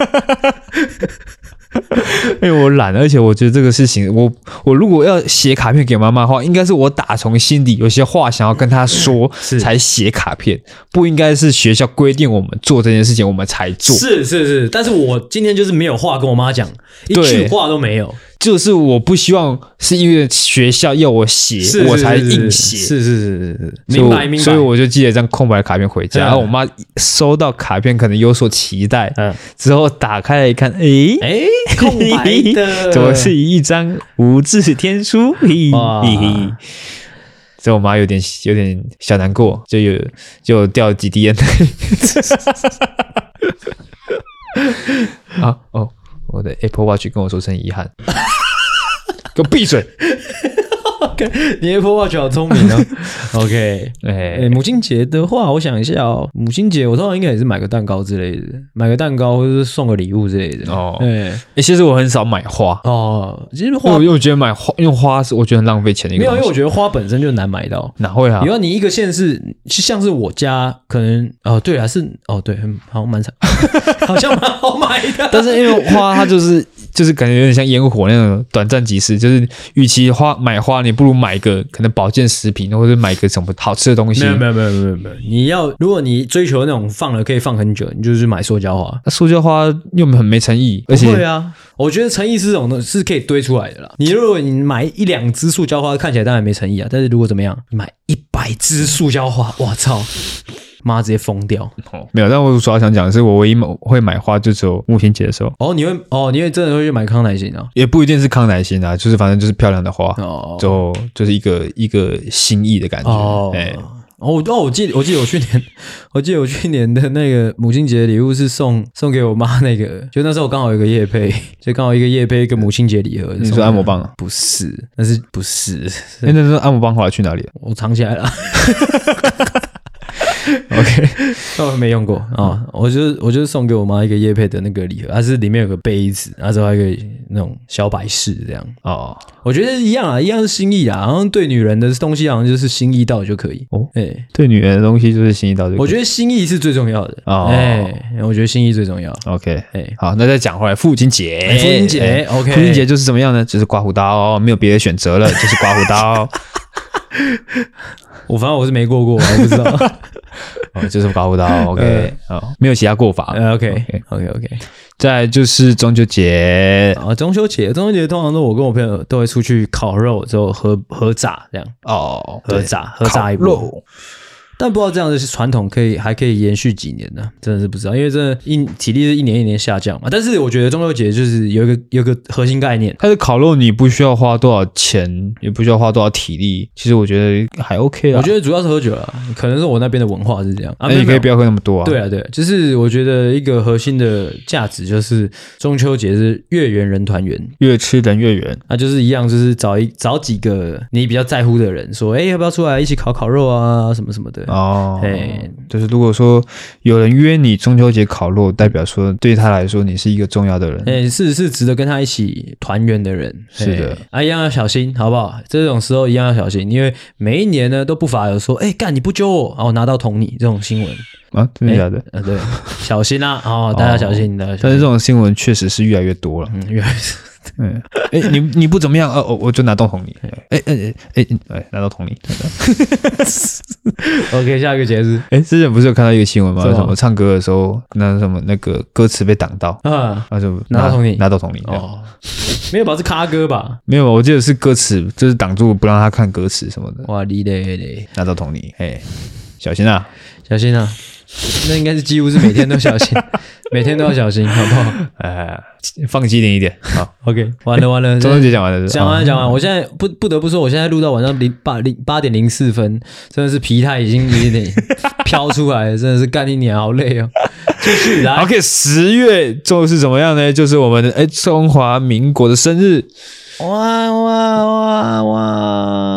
S2: 因为我懒，而且我觉得这个事情，我我如果要写卡片给妈妈的话，应该是我打从心底有些话想要跟她说，
S1: 是
S2: 才写卡片，不应该是学校规定我们做这件事情我们才做。
S1: 是是是，但是我今天就是没有话跟我妈讲，一句
S2: 对
S1: 话都没有，
S2: 就是我不希望是因为学校要我写，
S1: 是
S2: 我
S1: 是
S2: 才
S1: 是
S2: 硬写。
S1: 是是是是是，
S2: 所以
S1: 明
S2: 我
S1: 白明白。
S2: 所以我就寄了一张空白的卡片回
S1: 嗯
S2: 家，然后我妈收到卡片可能有所期待，
S1: 嗯
S2: 之后打开来一看，诶，
S1: 哎，空白 的，
S2: 怎么是一张无字天书？嘿
S1: 哇
S2: 嘿嘿。所以我妈有点有点小难过，就有就有掉几滴 眼泪。啊哦，我的 Apple Watch 跟我说声遗憾，给我 闭嘴！
S1: 你 Apple Watch 好聪明哦。OK，
S2: 哎、
S1: 哎、母亲节的话，我想一下哦，母亲节我通常应该也是买个蛋糕之类的，买个蛋糕或者是送个礼物之类的。
S2: 哦
S1: 对，
S2: 欸其实我很少买花，
S1: 哦，其实
S2: 因为
S1: 花
S2: 我因为我觉得买花用花是我觉得很浪费钱的一
S1: 没
S2: 个
S1: 有，
S2: 东
S1: 因为
S2: 西
S1: 我。觉得花本身就难买到。
S2: 哪会啊
S1: 比？如你一个县市，就像是我家，可能哦，对啊，是哦，对，很好像蛮惨， 好像蛮好买的。
S2: 但是因为花它就是 就是感觉有点像烟火那种短暂即逝，就是与其花买花，你不如买个可能保健食品，或者买个什么好吃的东西。
S1: 没有没有没有没有没有，你要如果你追求那种放了可以放很久，你就是买塑胶花。
S2: 那塑胶花又很没诚意，而
S1: 对
S2: 且
S1: 啊，我觉得诚意是这种东西是可以堆出来的啦。你如果你买一两只塑胶花，看起来当然没诚意啊。但是如果怎么样，你买一百只塑胶花，我操，妈直接疯掉！
S2: 没有。但我主要想讲的是，我唯一买会买花就只有母亲节的时候，
S1: 哦，你会哦，你会真的会去买康乃馨啊？
S2: 也不一定是康乃馨啊，就是反正就是漂亮的花，
S1: 哦
S2: 之后就是一个一个心意的感觉。
S1: 哦。
S2: 哎
S1: 哦，我哦，我记得，我记得我去年，我记得我去年的那个母亲节礼物是送送给我妈那个，就那时候我刚好有一个夜配， 就刚好一个夜配一个母亲节礼盒。
S2: 你
S1: 送给
S2: 说按摩棒啊？
S1: 不是，那是不是？
S2: 哎那那按摩棒后来去哪里了
S1: 我藏起 来了。
S2: ？OK，
S1: 那我没用过啊、哦我就是我就是送给我妈一个叶配的那个礼盒，它是里面有个杯子，然后之后还有一个那种小摆饰这样。
S2: 哦，
S1: 我觉得一样啊，一样是心意啊，好像对女人的东西好像就是心意到就可以。
S2: 哦
S1: 哎、
S2: 对女人的东西就是心意到这个。
S1: 我觉得心意是最重要的。
S2: 哦
S1: 哎、我觉得心意最重要。
S2: OK，
S1: 哎
S2: 好，那再讲回来，父亲节，
S1: 哎父亲节
S2: 哎
S1: OK
S2: 父亲节就是怎么样呢？就是刮 胡刀，没有别的选择了，就是刮胡刀，
S1: 我反正我是没过过，我不 知道。
S2: 哦、就是刮 胡刀，OK，哦，
S1: 哎
S2: 没有其他过法。
S1: 呃 OK
S2: OK
S1: OK OK。
S2: 再来就是中秋节，
S1: 啊，中秋节，中秋节通常都我跟我朋友都会出去烤肉之后喝喝炸这样。
S2: 哦，
S1: 合
S2: 对
S1: 炸合炸一
S2: 烤
S1: 波
S2: 肉
S1: 但不知道这样的传统可以还可以延续几年呢、真的是不知道，因为真的一体力是一年一年下降嘛。但是我觉得中秋节就是有一个有一个核心概念，
S2: 它的烤肉你不需要花多少钱，也不需要花多少体力，其实我觉得还 OK 啊。
S1: 我觉得主要是喝酒了，可能是我那边的文化是这样啊。
S2: 那、
S1: 没有
S2: 你可以
S1: 没
S2: 不
S1: 有
S2: 要喝那么多啊。
S1: 对啊，对啊，就是我觉得一个核心的价值就是中秋节是月圆人团圆，
S2: 越吃人越圆。
S1: 那就是一样，就是找一找几个你比较在乎的人，说，哎，要不要出来一起烤烤肉啊，什么什么的。
S2: 哦，
S1: 哎
S2: 就是如果说有人约你中秋节烤肉，代表说对他来说你是一个重要的人。
S1: 哎、是是值得跟他一起团圆的人，
S2: 是的
S1: 哎啊，一样要小心，好不好？这种时候一样要小心，因为每一年呢都不乏有说，哎、干你不揪我，然后拿到捅你这种新闻，
S2: 啊，真的假的？
S1: 呃，对，小心啦、啊，哦，大家小心的，
S2: 但是这
S1: 种
S2: 种新闻确实是越来越多了。
S1: 嗯，原来是
S2: 嗯，哎，你你不怎么样，哦，我我就拿到桶里。哎哎哎哎，拿到桶里。
S1: OK，下一个节 日
S2: 哎，之前不是有看到一个新闻吗？
S1: 什么
S2: 什么唱歌的时候，那什么那个歌词被挡到，
S1: 啊，
S2: 那就
S1: 拿到桶里
S2: 拿到桶里。哦，
S1: 哦，没有吧？是咖哥吧？
S2: 没有，我记得是歌词，就是挡住不让他看歌词什么的，
S1: 哇，你嘞嘞，
S2: 拿到桶里。哎，小心啊！
S1: 小心啊！那应该是几乎是每天都小 心，每天都要小心，好不好
S2: 哎，放机灵一点。 好，
S1: ？OK，完了完了，
S2: 中秋节讲完了是不是，
S1: 讲完
S2: 哦
S1: 讲完，我现在不不得不说，我现在录到晚上零八零八点零四分，真的是疲态已经有 点飘出来了，真的是干一年好累哦。继续来，
S2: OK，十月又是怎么样呢？就是我们的哎，中华民国的生日，
S1: 哇哇哇哇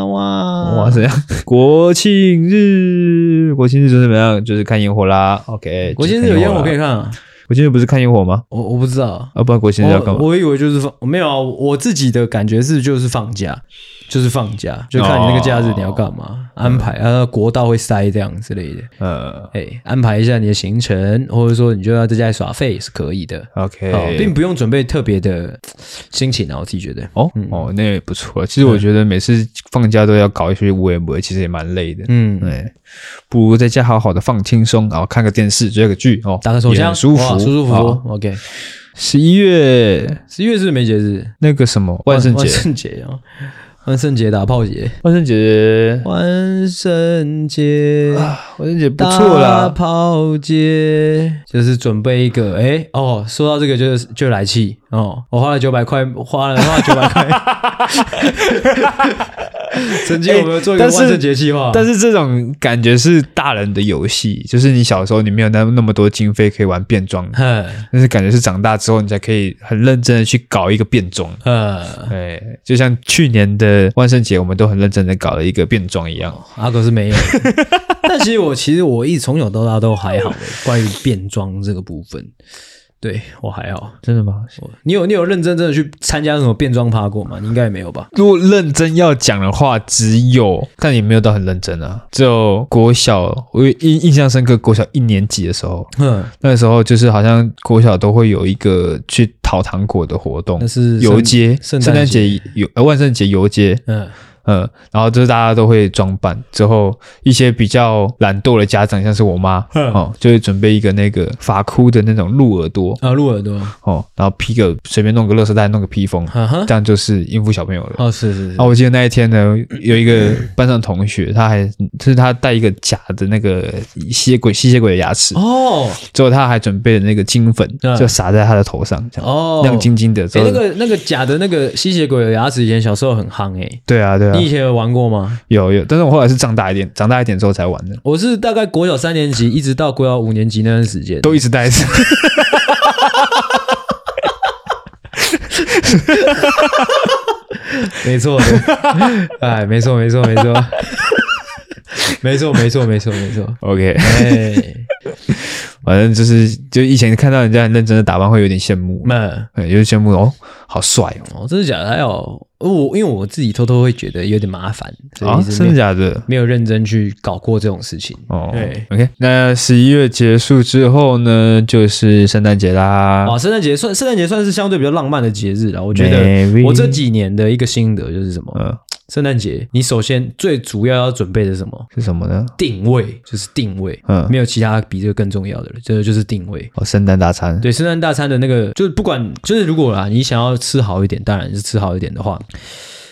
S1: 哇
S2: 哇，怎样？
S1: 嗯
S2: 国庆日，国庆日就是怎么样？就是看烟火啦。OK，
S1: 我现在有烟火可以
S2: 看，
S1: 看啊，
S2: 国庆日不是看烟火吗？
S1: 我我不知道，
S2: 啊，不然国庆日要干
S1: 我
S2: 嘛？
S1: 我以为就是放，没有啊，我自己的感觉是就是放假，就是放假，就看你那个假日你要干嘛、
S2: 哦
S1: 安排
S2: 嗯
S1: 啊，国道会塞这样之类的，
S2: 呃
S1: 哎、安排一下你的行程，或者说你就要在家里耍废也是可以的。哦，并
S2: ，OK，
S1: 不用准备特别的心情啊，我自己觉得，
S2: 哦哦，那也不错。其实
S1: 嗯
S2: 我觉得每次放假都要搞一些无为不为，其实也蛮累的。
S1: 嗯，
S2: 对，不如在家好好的放轻松，然后看个电视，追个剧哦，
S1: 打个手
S2: 也
S1: 枪，
S2: 很舒
S1: 哇
S2: 服，
S1: 舒舒服
S2: 好。
S1: 服。OK，
S2: 十一月
S1: 十一月是不是没节日，
S2: 那个什么万圣节
S1: 万，圣节啊，万圣节打炮节，
S2: 万圣节
S1: 万圣节
S2: 啊，万圣节不
S1: 不
S2: 错啦。
S1: 炮街就是准备一个，哎、哦，说到这个就是就来气哦，我花了九百块，花了花了九百 块，曾经我们有做一个
S2: 诶但是
S1: 万圣节计划，
S2: 但 是这种感觉是大人的游戏，就是你小时候你没有那那么多经费可以玩变装，
S1: 哼，
S2: 但是感觉是长大之后你才可以很认真的去搞一个变装。
S1: 呃，
S2: 哎，就像去年的万圣节，我们都很认真的搞了一个变装一样。
S1: 阿狗是 没有的。但其实我其实我一从小到大都还 好、诶关于变装这个部分，对我还好。
S2: 真的吗？
S1: 你有你有认真真的去参加什么变装趴过吗？你应该也没有吧？
S2: 如果认真要讲的话，只有，但也没有到很认真啊。只有国小，我印印象深刻，国小一年级的时候，
S1: 哼，
S2: 那时候就是好像国小都会有一个去讨糖果的活动
S1: 那，是
S2: 游街，
S1: 圣
S2: 圣
S1: 诞
S2: 诞
S1: 节
S2: 节游呃万圣节游街，
S1: 嗯
S2: 嗯，然后就是大家都会装扮，之后一些比较懒惰的家长，像是我妈
S1: 嗯
S2: 哦，就会准备一个那个发箍的那种鹿耳朵
S1: 啊，鹿耳朵，
S2: 哦，然后披个随便弄个垃圾袋，弄个披风，
S1: 哈哈，
S2: 这样就是应付小朋友了。
S1: 哦，是是是
S2: 啊，，我记得那一天呢，有一个班上同学，他还就是他带一个假的那个吸血鬼吸血鬼的牙齿，
S1: 哦
S2: 之后他还准备了那个金粉
S1: 嗯，
S2: 就撒在他的头上，这样
S1: 哦，
S2: 亮晶晶的。之
S1: 哎、
S2: 后
S1: 那个那个假的那个吸血鬼的牙齿，以前小时候很夯哎、
S2: 对啊对啊
S1: 你，以前有玩过吗？
S2: 有有，但是我后来是长大一点，长大一点之后才玩的，
S1: 我是大概国小三年级一直到国小五年级那段时间，
S2: 都一直 戴着。
S1: 没错， 哎，没错，没错，没错， 没错，没错，没错，没错，
S2: OK，
S1: 哎，
S2: 反正就是就以前看到人家很认真的打扮，会有点羡慕，
S1: 那
S2: 嗯，有点羡慕哦，好帅哦，
S1: 哦，真的假的？还有我，因为我自己偷偷会觉得有点麻烦，所以
S2: 啊，
S1: 一直没
S2: 真
S1: 有、
S2: 的假的？
S1: 没有认真去搞过这种事情。
S2: 哦
S1: 对
S2: ，OK，那十一月结束之后呢，就是圣诞节啦。
S1: 哇，啊圣诞节算圣诞节算是相对比较浪漫的节日了。我觉得
S2: Maybe
S1: 我这几年的一个心得就是什么？
S2: 嗯，
S1: 圣诞节你首先最主要要准备的是什么？
S2: 是什么呢？
S1: 定位，就是定位，
S2: 嗯
S1: 没有其他比这个更重要的了，这个就是定位。
S2: 哦，圣诞大餐。
S1: 对，圣诞大餐的那个，就是不管，就是如果啦，你想要吃好一点，当然是吃好一点的话，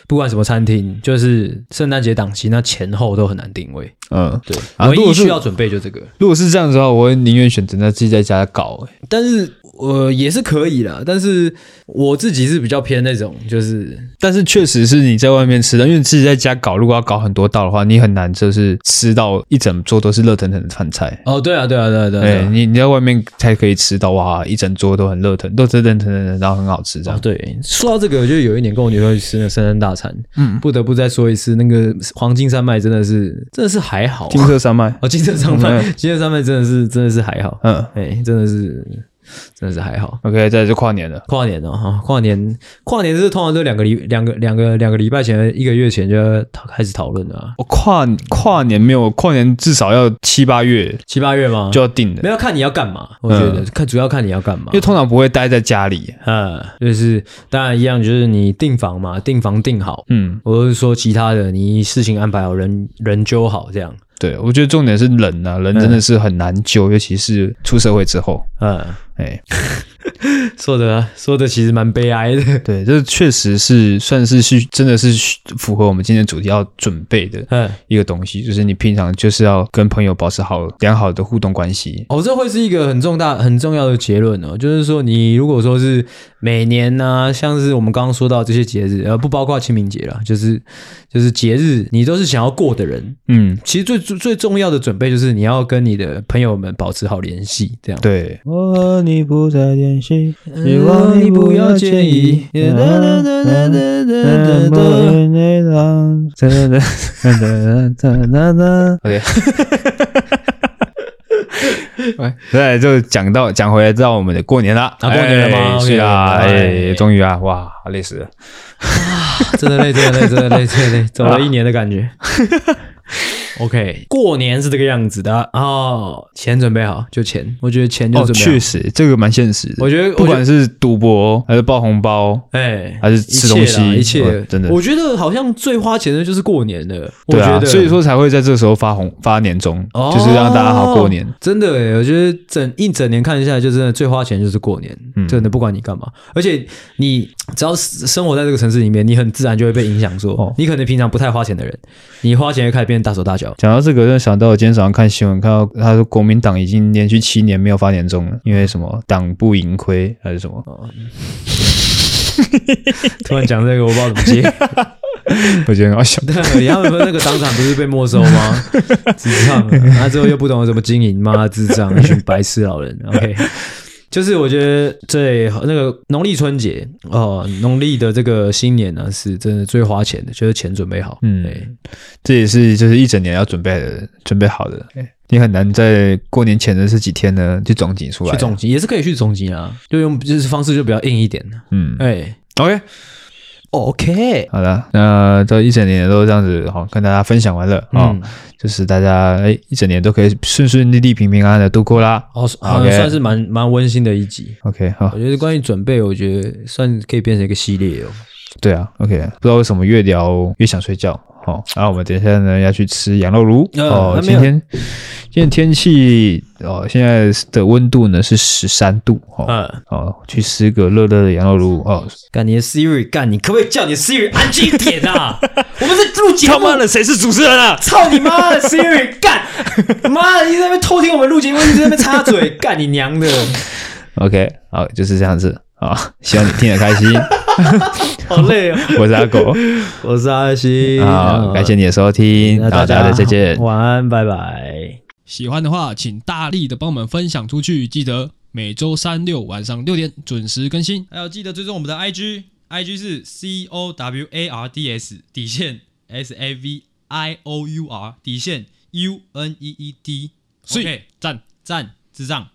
S1: 不管什么餐厅，就是圣诞节档期那前后都很难定位。
S2: 嗯，
S1: 对，
S2: 啊
S1: 唯
S2: 如
S1: 一
S2: 果是
S1: 需要准备就这个。
S2: 如果是这样子的话，我会宁愿选择那自己在家搞、欸。
S1: 但是呃也是可以啦，但是我自己是比较偏那种，就是
S2: 但是确实是你在外面吃的，因为你自己在家搞，如果要搞很多道的话，你很难就是吃到一整桌都是热腾腾的饭菜。
S1: 哦，对啊，对啊，对啊，对啊，
S2: 哎、
S1: 对啊
S2: 你你在外面才可以吃到哇，一整桌都很热腾，都是热腾腾的，然后很好吃这样
S1: 哦，。对，说到这个，就有一年跟我女朋友去吃那个圣诞大餐，嗯，不得不再说一次，那个黄金山脉真的是，真的是还好、
S2: 金
S1: 啊，
S2: 色山嗯脉，
S1: 哦，金色山脉，金色山脉真的是，真的是还好，
S2: 嗯
S1: 哎、真的是，真的是还好。
S2: ，OK，再来就跨年了。
S1: 跨年哦，哈，跨年，跨年是通常都两个礼，两个两个两个礼拜前，一个月前就要讨开始讨论了、啊，
S2: 我哦跨跨年没有跨年，至少要七八月
S1: 七八月吗？
S2: 就要定了，
S1: 没有看你要干嘛，我觉得、看主要看你要干嘛
S2: 因为。通常不会待在家里。
S1: 呃，就是当然一样，就是你订房嘛，订房订好，
S2: 嗯，
S1: 我是说其他的，你事情安排好，人人揪好这样。
S2: 嗯对，我觉得重点是人啊，人真的是很难救，尤其是出社会之后。
S1: 嗯，
S2: 哎，
S1: 说的说的其实蛮悲哀的。
S2: 对，这确实是算是是真的是符合我们今天主题要准备的
S1: 嗯，
S2: 一个东西，就是你平常就是要跟朋友保持好良好的互动关系。
S1: 哦，这会是一个很重大、很重要的结论哦，就是说，你如果说是每年呢、像是我们刚刚说到这些节日，呃，不包括清明节啦，就是就是节日，你都是想要过的人，
S2: 嗯，
S1: 其实最最最重要的准备就是你要跟你的朋友们保持好联系，这样。
S2: 对。我和你不再联系，希
S1: 希
S2: 望
S1: 望
S2: 你
S1: 你
S2: 不
S1: 不
S2: 要
S1: 要
S2: 介
S1: 介
S2: 意
S1: 意。。
S2: OK，对，就讲到讲回来到我们的过年了，
S1: 啊过年了吗
S2: 哎
S1: OK，
S2: 是啊，
S1: 哎
S2: 哎，终于啊，哇，累死了。
S1: 真的累，真的累，真的累，真的累，走了一年的感 觉。OK，过年是这个样子的哦，钱准备好就钱，我觉得钱就
S2: 哦，
S1: 准备好。
S2: 确实，这个蛮现实的。
S1: 我觉得
S2: 不
S1: 我觉得
S2: 管是赌博还是包红包，
S1: 哎，
S2: 还是吃东西
S1: 一切啦一切
S2: 哦真的
S1: 我觉得好像最花钱的就是过年了。
S2: 对
S1: 我
S2: 啊
S1: 觉，得
S2: 所以说才会在这时候发红发年终，就是让大家好过年
S1: 哦。真的诶，我觉得整一整年看下来，就真的最花钱就是过年，
S2: 嗯
S1: 真的不管你干嘛，而且你只要是生活在这个城市里面，你很自然就会被影响说，
S2: 哦
S1: 你可能平常不太花钱的人，你花钱就开始变大手大脚。
S2: 讲到这个，就想到我今天早上看新闻，看到他说国民党已经连续七年没有发年终了，因为什么党不盈亏还是什么？
S1: 突然讲这个，我不知道怎么接。
S2: 我觉得很好笑。
S1: 对，他们说那个党产不是被没收 吗？智障、啊，他之后又不懂得怎么经营，妈智障，一群白痴老人。OK，就是我觉得最那个农历春节哦，农历的这个新年呢、是真的最花钱的，就是钱准备好。
S2: 嗯
S1: 对，
S2: 这也是就是一整年要准备的，准备好的。哎你很难在过年前的这几天呢，就总结出来。
S1: 去总集也是可以去总集啊，就用就是方式就比较硬一点。
S2: 嗯
S1: 哎、哦
S2: ，OK，
S1: o k
S2: 好了，那这一整年都这样子，好跟大家分享完了啊、
S1: 嗯，
S2: 就是大家哎一整年都可以顺顺利利、平平安安的度过啦。
S1: 哦，好
S2: OK
S1: 像算是蛮蛮温馨的一集。
S2: OK，好
S1: 我，觉得关于准备，我觉得算可以变成一个系列哦。
S2: 对啊，OK，不知道为什么越聊越想睡觉。好、然后我们等一下呢要去吃羊肉炉、
S1: 呃
S2: 哦。
S1: 还没
S2: 今
S1: 有
S2: 天今天天气哦，现在的温度呢是十三度哦、
S1: 嗯，
S2: 哦，去吃个热热的羊肉炉哦，
S1: 干你的 Siri，干你可不可以叫你的 Siri 安静一点 啊？我们在录节
S2: 他
S1: 目
S2: 妈，的，谁是主持人啊？
S1: 操你妈 的 Siri，干妈的一直在那边偷听我们录节目，一直在那边插嘴，干你娘 的！
S2: OK，好，就是这样子啊、希望你听得开 心。
S1: 好累哦，
S2: 我是阿狗，
S1: 我是阿星，
S2: 好，感谢你的收听，
S1: 那
S2: 好，大家再见。
S1: 嗯 晚安，拜拜。
S3: 喜欢的话，请大力的帮我们分享出去。记得每周三六晚上六点准时更新。
S4: 还有记得追踪我们的 IG，IG 是 C O W A R D S 底线 S A V I O U R 底线 U N E E D，
S3: 所以
S4: 所以
S3: 赞。
S4: 赞智障。